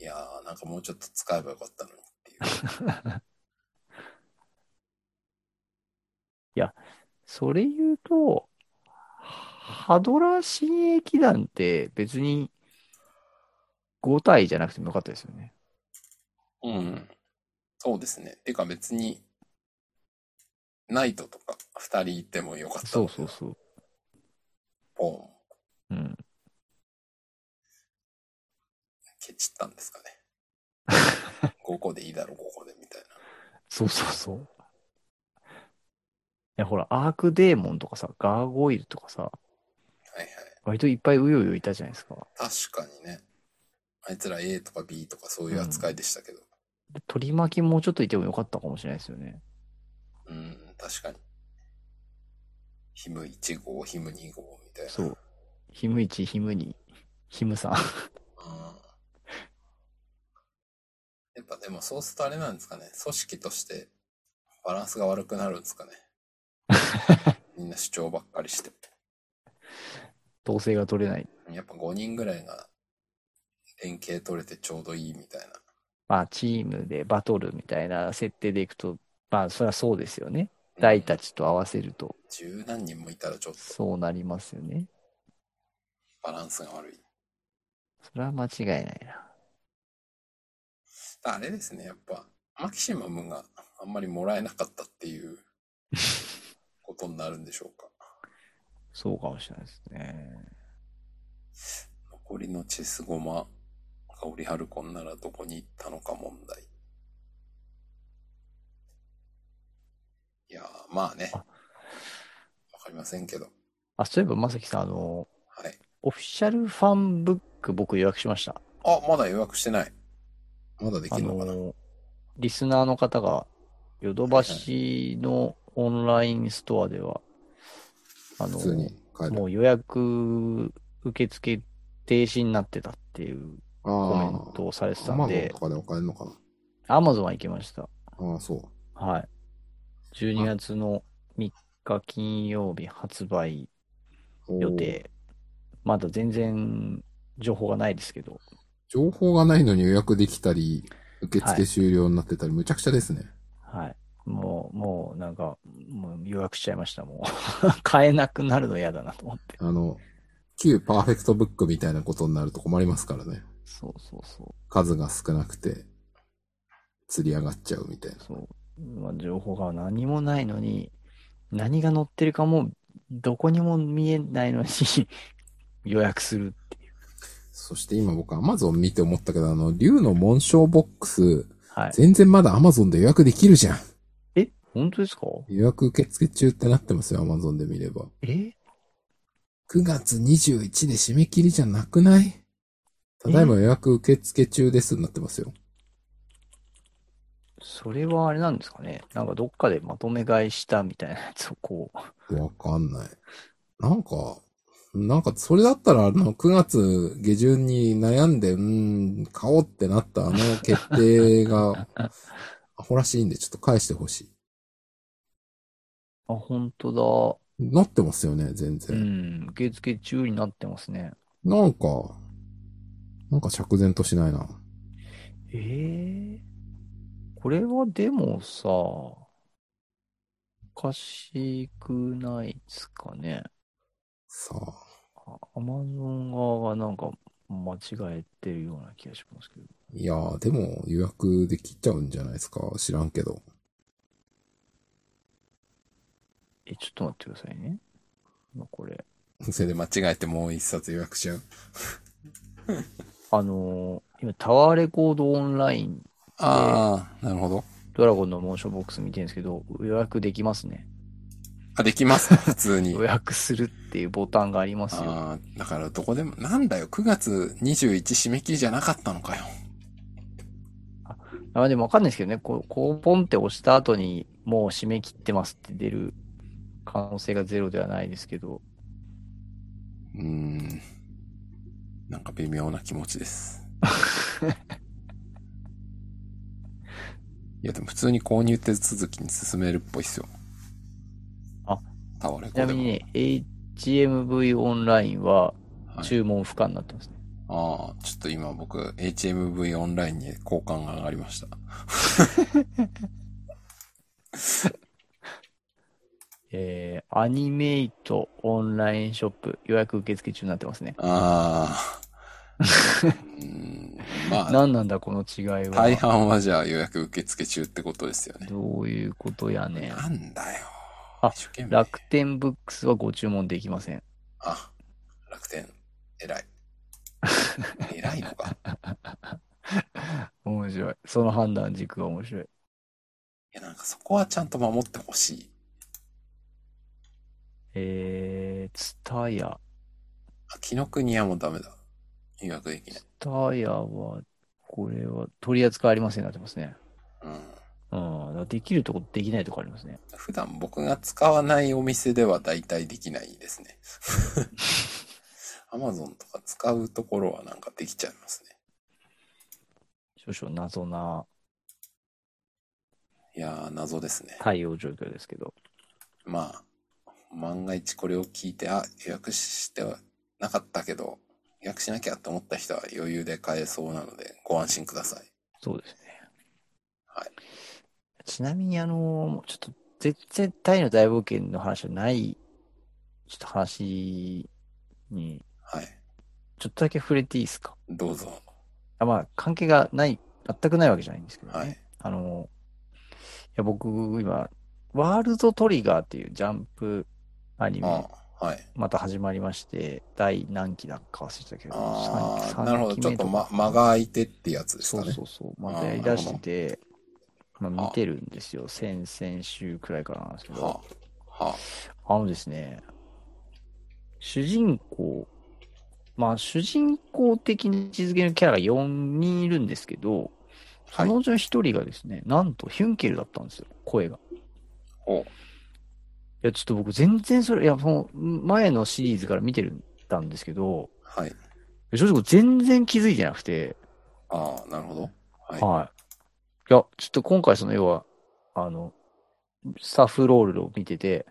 A: いやー、なんかもうちょっと使えばよかったのにっていう。
B: それ言うと、ハドラー新鋭騎団って別に5体じゃなくてもよかったですよね。
A: うん。そうですね。てか別に、ナイトとか二人いてもよかった
B: そ
A: の
B: う
A: に。
B: そうそう。
A: ポン。
B: うん。
A: ケチったんですかね。5個で
B: [laughs]
A: いいだろ、5個でみたい
B: そうそうそう。いや、ほら、アークデーモンとかさ、ガーゴイルとかさ、
A: な。はいはい。
B: 割といっぱいうようよいたじゃないですか。
A: 確かにね。あいつら A とか B とかそういう扱いでしたけど。
B: で取り巻きもうちょっといてもよかったかもしれないですよね。
A: うん、確かに。ヒム1号、ヒム2号みたいな。
B: そう。ヒム1、ヒム2、ヒム3。
A: うんやっぱでもそうするとあれなんですかね。組織としてバランスが悪くなるんですかね。みんな主張ばっかりして。
B: [laughs] 統制が取れない。
A: やっぱ5人ぐらいが連携取れてちょうどいいみたいな。
B: まあ、チームでバトルみたいな設定でいくと、まあ、そりゃそうですよね。大た
A: ち。
B: ちと合わせると、
A: 十何人もいたらちょっと
B: そうなりますよね。
A: バランスが悪い。
B: それは間違いないな。
A: あれですね、やっぱマキシマムがあんまりもらえなかったっていうことになるんでしょうか。
B: そうかもしれないですね。
A: 残りのチェスゴマがオリハルコンならどこに行ったのか問題。いやー、まあね。
B: あ
A: わかりませんけど。
B: あ、そういえば、まさきさん、あの、
A: はい。
B: オフィシャルファンブック僕予約しました。
A: あ、まだ予約してない。まだでき
B: あ
A: るのかな、
B: の、リスナーの方が、ヨドバシのオンラインストアでは、あ
A: 普
B: の、
A: 通に買える。
B: もう予約受付停止になってたっていう
A: あ
B: コメン
A: あ
B: トをされて
A: ー、ア
B: たん
A: マゾン
B: で
A: と、かでも買えるのかな
B: アマゾンは行きました。
A: ああ、そう。
B: はい。12月の3日金曜日発売
A: おー
B: 予。定。まだ全然情報がないですけど、
A: 情報がないのに予約できたり、受
B: は
A: 付
B: い
A: 終了になってたり、むちゃくちゃですね。
B: はい。もう、もうなんか、もう予約しちゃいました、もう。 [laughs] 買えなくなるの嫌だなと思って。
A: あの、旧パーフェクトブックみたいなことになると困りますからね。
B: そうそうそう。
A: 数が少なくて、釣り上がっちゃうみたいな。
B: そう。まあ、情報が何もないのに、何が載ってるか [laughs] も、どこにも見えないのに予約する。
A: そして今僕 Amazon 見て思ったけど、あの、竜の紋章ボックス、
B: はい。
A: 全然まだ Amazon で予約できるじゃん。
B: え本当ですか
A: 予約受付中ってなってますよ、Amazon で見れば。
B: え
A: 9月21で締め切りじゃなくないただいま予約受付中ですになってますよ。
B: それはあれなんですかねなんかどっかでまとめ買いしたみたいなやつをこう。
A: わかんない。なんか、なんかそれだったら、あの、9月下旬に悩んで、うーん、買おうってなったあの決定が、 [laughs] アホらしいんでちょっと返してほしい。
B: あ、本当
A: なってますよね、全
B: だ。う
A: 然。
B: ん。受付中になってますね。
A: なんか、なんか釈然としないな。
B: ええこれはでもさ、おかしくないですかね。
A: さあ、
B: アマゾン側がなんか間違えてるような気がしますけど。
A: いやー、でも予約できちゃうんじゃないですか。知らんけど。
B: え、ちょっと待ってくださいね。今これ。
A: それで間違えてもう一冊予約しちゃう。
B: あのー今タワーレコードオンライン、
A: ああ、なるほど。
B: ドラゴンのモーションボックス見てるんですけど、予約できますね。
A: あ、できます、普通に [laughs]
B: 予。約するっていうボタンがありますよ。
A: ああ、だからどこでも、なんだよ、9月21締め切りじゃなかったのかよ。
B: あでもわかんないですけどね、こう、こうポンって押した後にもう締め切ってますって出る可能性がゼロではないですけど、
A: うーん。なんか微妙な気持ち
B: [laughs]
A: です。いや、でも普通に購入手続きに進めるっぽいっすよ。
B: あ、
A: タワレ
B: ち
A: コ
B: な
A: でも。
B: みにね、HMV オンラインは
A: はい
B: 注文不可になってますね。
A: ああ、ちょっと今僕、HMV オンラインに好感が上がりました。
B: [laughs] えー、アニメイトオンラインショップ予約受付中になってますね。
A: ああ。うーん、まあ、
B: 何なんだこの違い
A: 大
B: は。
A: 半はじゃあ予約受付中ってことですよね。
B: どういうことやねん。
A: なんだよ。
B: あ
A: 一生懸命
B: 楽天ブックスはご注文できません。
A: あ、楽天、偉い。 [laughs] 偉いのか。い
B: 面白い。その判断軸が面白い。
A: や、なんかそこはちゃんと守ってほしい。
B: えー、ツタヤ。
A: あ、紀ノ国屋もダメだ。予約できない。
B: タイヤは、これは取り扱いありませんになってますね。
A: うん。
B: うん。だからできるとこ、できないとこありますね。
A: 普段僕が使わないお店では大体できないです
B: [laughs]
A: ね。 [laughs] アマゾンとか使うところはなんかできちゃいますね。
B: 少々謎ない
A: やー、謎ですね。
B: 対応状況ですけど。
A: まあ、万が一これを聞いて、あ、予約してはなかったけど、予約しなきゃと思った人は余裕で買えそうなので、ご安心ください。
B: そうですね。
A: はい。
B: ちなみに、あのーちょっと、絶絶対の大冒険の話はない、ちょっと話に、
A: はい。
B: ちょっとだけ触れていいですか
A: どうぞ。
B: あまあ、関係がない、全くないわけじゃないんですけどね。
A: はい。
B: あのーいや、僕、今、ワールドトリガーっていうジャンプアニメ
A: あはい。
B: また始まりまして、第何期だか忘れてたけど、
A: ああ、
B: 三
A: なるほど。
B: 三期
A: ちょっ
B: 目
A: と、
B: か
A: ま、間が空いてってやつです
B: そ
A: か
B: う
A: ね。
B: そうそう、またやり出してて、まあ、
A: あ
B: 見てるんですよ。先々週くらいからなんですけど
A: は、あ、は
B: あのですね、主人公、まあ主人公的に位置づけるキャラが4人いるんですけど、
A: あ、
B: そ
A: はい。
B: のうちの1人がですね、なんとヒュンケルだったんですよ、声が。
A: お
B: いや、ちょっと僕全然それ、いや、もう前のシリーズから見てたんですけど、
A: はい。
B: 正直全然気づいてなくて、
A: ああ、なるほど。はい
B: はい。いや、ちょっと今回その要は、あの、スタッフロールを見てて、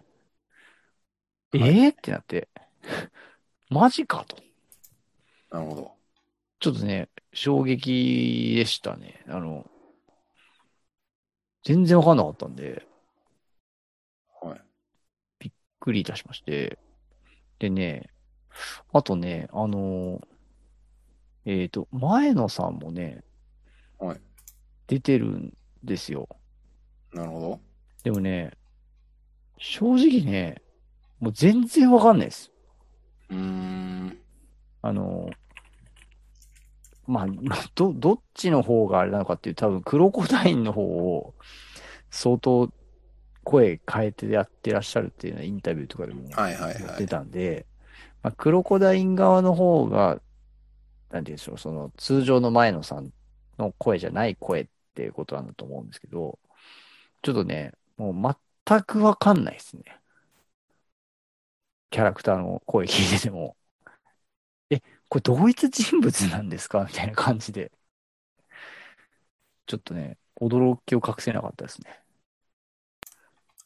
A: はい
B: ええー、ってなって、 [laughs] マジかと。
A: なるほど。
B: ちょっとね、衝撃でしたね。あの、全然わかんなかったんで、
A: はい。
B: びっくりいたしまして。でね、あとね、あの、えっと、前野さんもね、
A: はい
B: 出てるんですよ。
A: なるほど。
B: でもね、正直ね、もう全然わかんないです。
A: うーん。
B: あの、まあ、ど、どっちの方があれなのかっていう、多分クロコダインの方を相当声変えてやってらっしゃるっていうのはインタビューとかでも
A: はいはい
B: やっ
A: は
B: て
A: い。
B: たんで、まあ、クロコダイン側の方が、なんて言うんでしょう、その通常の前野さんの声じゃない声っていうことなんだと思うんですけど、ちょっとね、もう全くわかんないですね。キャラクターの声聞いてても。 [laughs] え、これ同一人物なんですかみたいな感じで。ちょっとね、驚きを隠せなかったですね。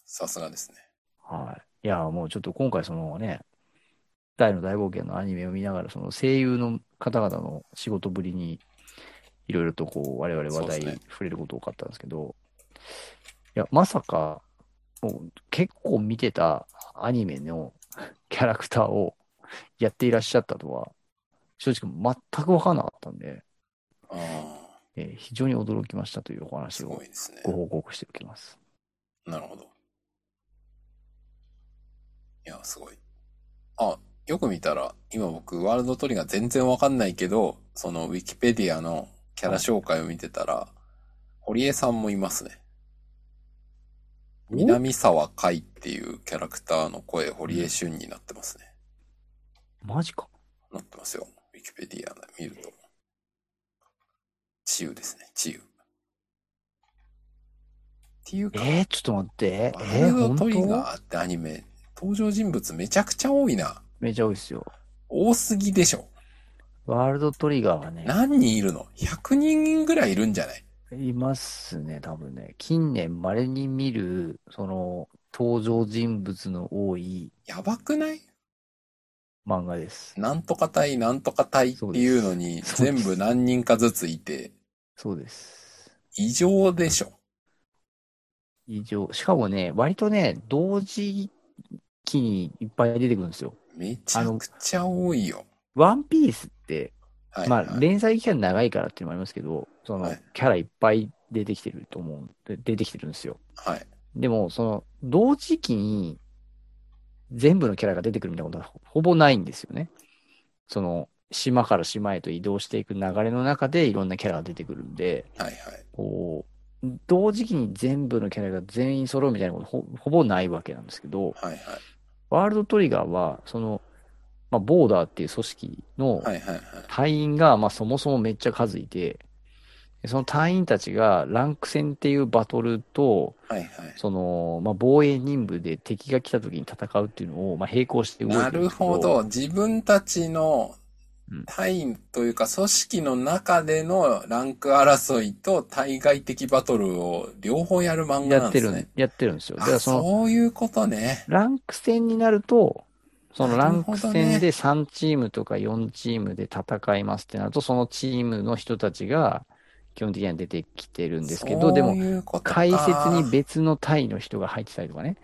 A: さすがですね。
B: はい。いや、もうちょっと今回そのね、大の大冒険のアニメを見ながら、その声優の方々の仕事ぶりに、いろいろとこう、我々
A: そ
B: 話
A: うです
B: 題
A: ね
B: 触れること多かったんですけど、いや、まさか、もう結構見てたアニメのキャラクターをやっていらっしゃったとは、正直全くわかんなかったんで、
A: ああ、
B: えー非常に驚きましたというお話
A: す
B: を
A: ごいですね
B: ご。報告しておきます。
A: なるほど。いや、すごい。あ、よく見たら、今僕、ワールドトリガー全然わかんないけど、その、ウィキペディアのキャラ紹介を見てたら、堀江さんもいますね。
B: お
A: 南沢海っていうキャラクターの声、堀江俊になってますね。
B: マジか。
A: なってますよ。ウィキペディアで見ると。治癒ですね、治癒。っていうか、
B: えー、ちょっと待って。
A: ワ
B: え
A: ー
B: ー、
A: ルド
B: 本
A: トリ
B: 当
A: ガーってアニメ、登場人物めちゃくちゃ多いな。
B: めちゃ多いですよ。
A: 多すぎでしょ。
B: ワールドトリガーはね、
A: 何人いるの ?100 人ぐらいいるんじゃない
B: いますね、多分ね。近年稀に見る、その、登場人物の多い
A: やばくない
B: 漫画です。
A: なんとか隊、なんとか隊っていうのに
B: そうです
A: 全部何人かずついて、
B: そうです。
A: 異常でしょ。
B: 以上。しかもね、割とね、同時期にいっぱい出てくるんですよ。
A: めちゃくちゃ多いよ。
B: ワンピースって、
A: はい、
B: ま
A: は
B: あ、
A: い
B: 連載期間長いからっていうのもありますけど、その
A: はい、
B: キャラいっぱい出てきてると思う。で出てきてるんですよ。
A: はい。
B: でも、その、同時期に全部のキャラが出てくるみたいなことはほぼないんですよね。その、島から島へと移動していく流れの中でいろんなキャラが出てくるんで、
A: はいはい。
B: こう、同時期に全部のキャラが全員揃うみたいなことほほぼないわけなんですけど、
A: はいはい。
B: ワールドトリガーは、その、まあ、ボーダーっていう組織の
A: はいはいはい。
B: 隊員が、まあ、そもそもめっちゃ数いて、その隊員たちがランク戦っていうバトルと、
A: はいはい。
B: その、まあ、防衛任務で敵が来た時に戦うっていうのを、まあ、並行して動いて
A: な
B: るんで
A: る
B: すけど
A: ほど。。自分たちの
B: うん
A: 隊というか組織の中でのランク争いと対外的バトルを両方やる漫画
B: や
A: な
B: っ
A: ん
B: て
A: です
B: るん、
A: ね。
B: やってるんですよ。だか
A: あ
B: らその、
A: そういうことね。
B: ランク戦になると、そのランク
A: なる
B: 戦
A: ほど
B: で3チームとか4チームで戦いますってなると、そのチームの人たちが基本的には出てきてるんですけど、で
A: そう
B: も、
A: いうことか
B: 解説に別の隊の人が入ってたりとかね。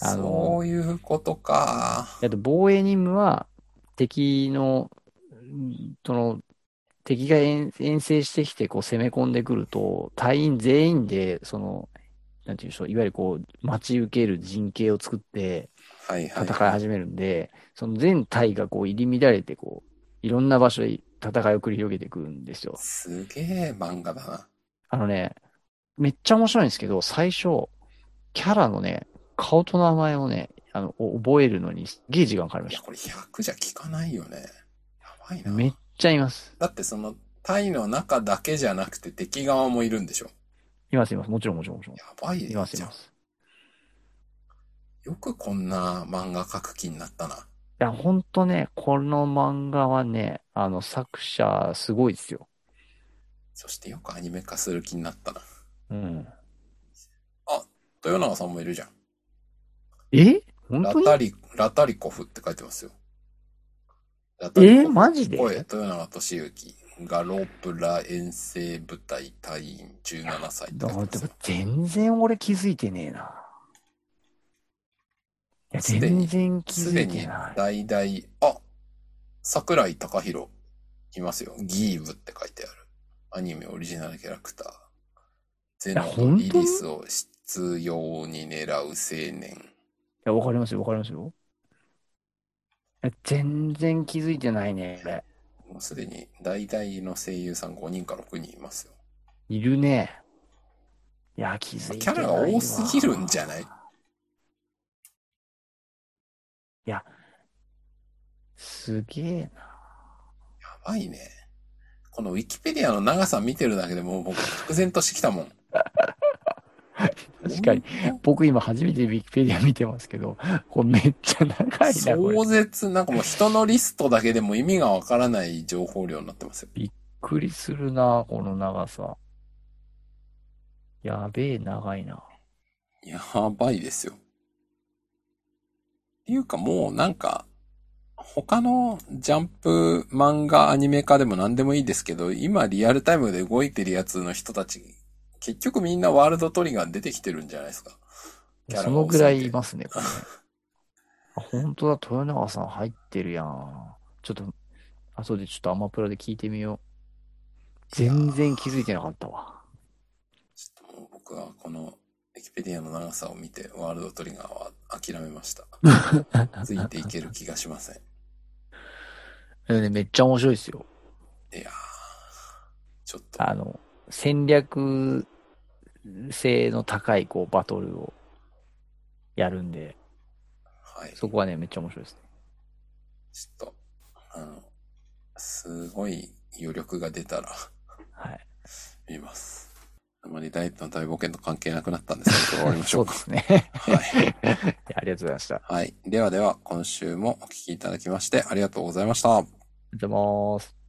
B: あの
A: そういうことか。
B: あと防衛任務は敵の、うんその、敵が遠遠征してきてこう攻め込んでくると、隊員全員で、その、なんていうんでしょう、いわゆるこう、待ち受ける陣形を作って
A: はいはい。
B: 戦い始めるんで、その全隊がこう入り乱れて、こう、いろんな場所で戦いを繰り広げていくんですよ。
A: すげえ漫画だな。
B: あのね、めっちゃ面白いんですけど、最初、キャラのね、顔と名前をね、あの、お覚えるのにすっげえ時間かかりま
A: い
B: し
A: や、
B: た。
A: これ100じゃ効かないよね。やばいな。
B: めっちゃいます。
A: だってその隊の中だけじゃなくて敵側もいるんでしょ。
B: います、います。もちろん、もちろん、もちろん
A: や。ばい
B: います、い
A: じゃん
B: ま。す。
A: よくこんな漫画描く気になったな。
B: いや、ほんとね、この漫画はね、あの、作者、すごいですよ。
A: そしてよくアニメ化する気になったな。
B: うん。
A: 豊永さんもいるじゃん。
B: え本
A: ラ
B: 当に
A: タリ、ラタリコフって書いてますよ。ラタ
B: え
A: リコ
B: ー、マジで
A: フ声、豊永俊之がロープラ遠征部隊隊員17歳って
B: だ
A: 書い
B: ってて
A: ますよ。
B: 全然俺気づいてねえな。いや、
A: すでに
B: 全然気
A: す
B: づ
A: で
B: いて
A: に
B: ない。
A: 大々、あ、桜井貴弘いますよ。ギーブって書いてある。アニメオリジナルキャラクター。ゼノ
B: 本
A: と
B: 当に
A: イリスを執拗に狙う青年。
B: いや、わかりますよ、わかりますよ。いや全然気づいてないね、俺。
A: もうすでに大々の声優さん5人か6人いますよ。
B: いるね。いや、気づいて
A: キ
B: な
A: ャ
B: い
A: ラ
B: わ
A: が多すぎるんじゃない
B: すげえな。
A: やばいね。このウィキペディアの長さ見てるだけでもう僕、愕然としてきたもん。
B: [laughs] 確かに。僕今初めてウィキペディア見てますけど、 [laughs] これめっちゃ長いな、これ。びっ
A: 壮絶、なんかもう人のリストだけでも意味がわからない情報量になってますよ。
B: くりするな、この長さ。やべえ、長いな。
A: やばいですよ。っていうかもうなんか、他のジャンプ漫画アニメ化でも何でもいいですけど、今リアルタイムで動いてるやつの人たち、結局みんなワールドトリガー出てきてるんじゃないですか。キャラが
B: そ
A: 多すぎて
B: のぐらいいますね、これね。あ本当だ、豊永さん入ってるやん。ちょっと、後でちょっとアマプラで聞いてみよう。全然気づいてなかったわ。
A: ちょっともう僕はこのエキペディアの長さを見てワールドトリガーは諦めました。ついていける気がしません。
B: でねめっちゃ面白いですよ。
A: いやー、ちょっと。
B: あの、戦略性の高いこうバトルをやるんで、
A: はい。
B: そこはね、めっちゃ面白いですね。
A: ちょっと、あの、すごい余力が出たら
B: はい。
A: 見ます。あまりダイエットの大冒険と関係なくなったんですけど、終わりましょ
B: [laughs] そううで
A: か。
B: すね。 [laughs] い
A: はい。
B: やありがとうございました。あ
A: はい。ではでは、今週もお聞きいただきましてありがとうございました。
B: りがとうございます。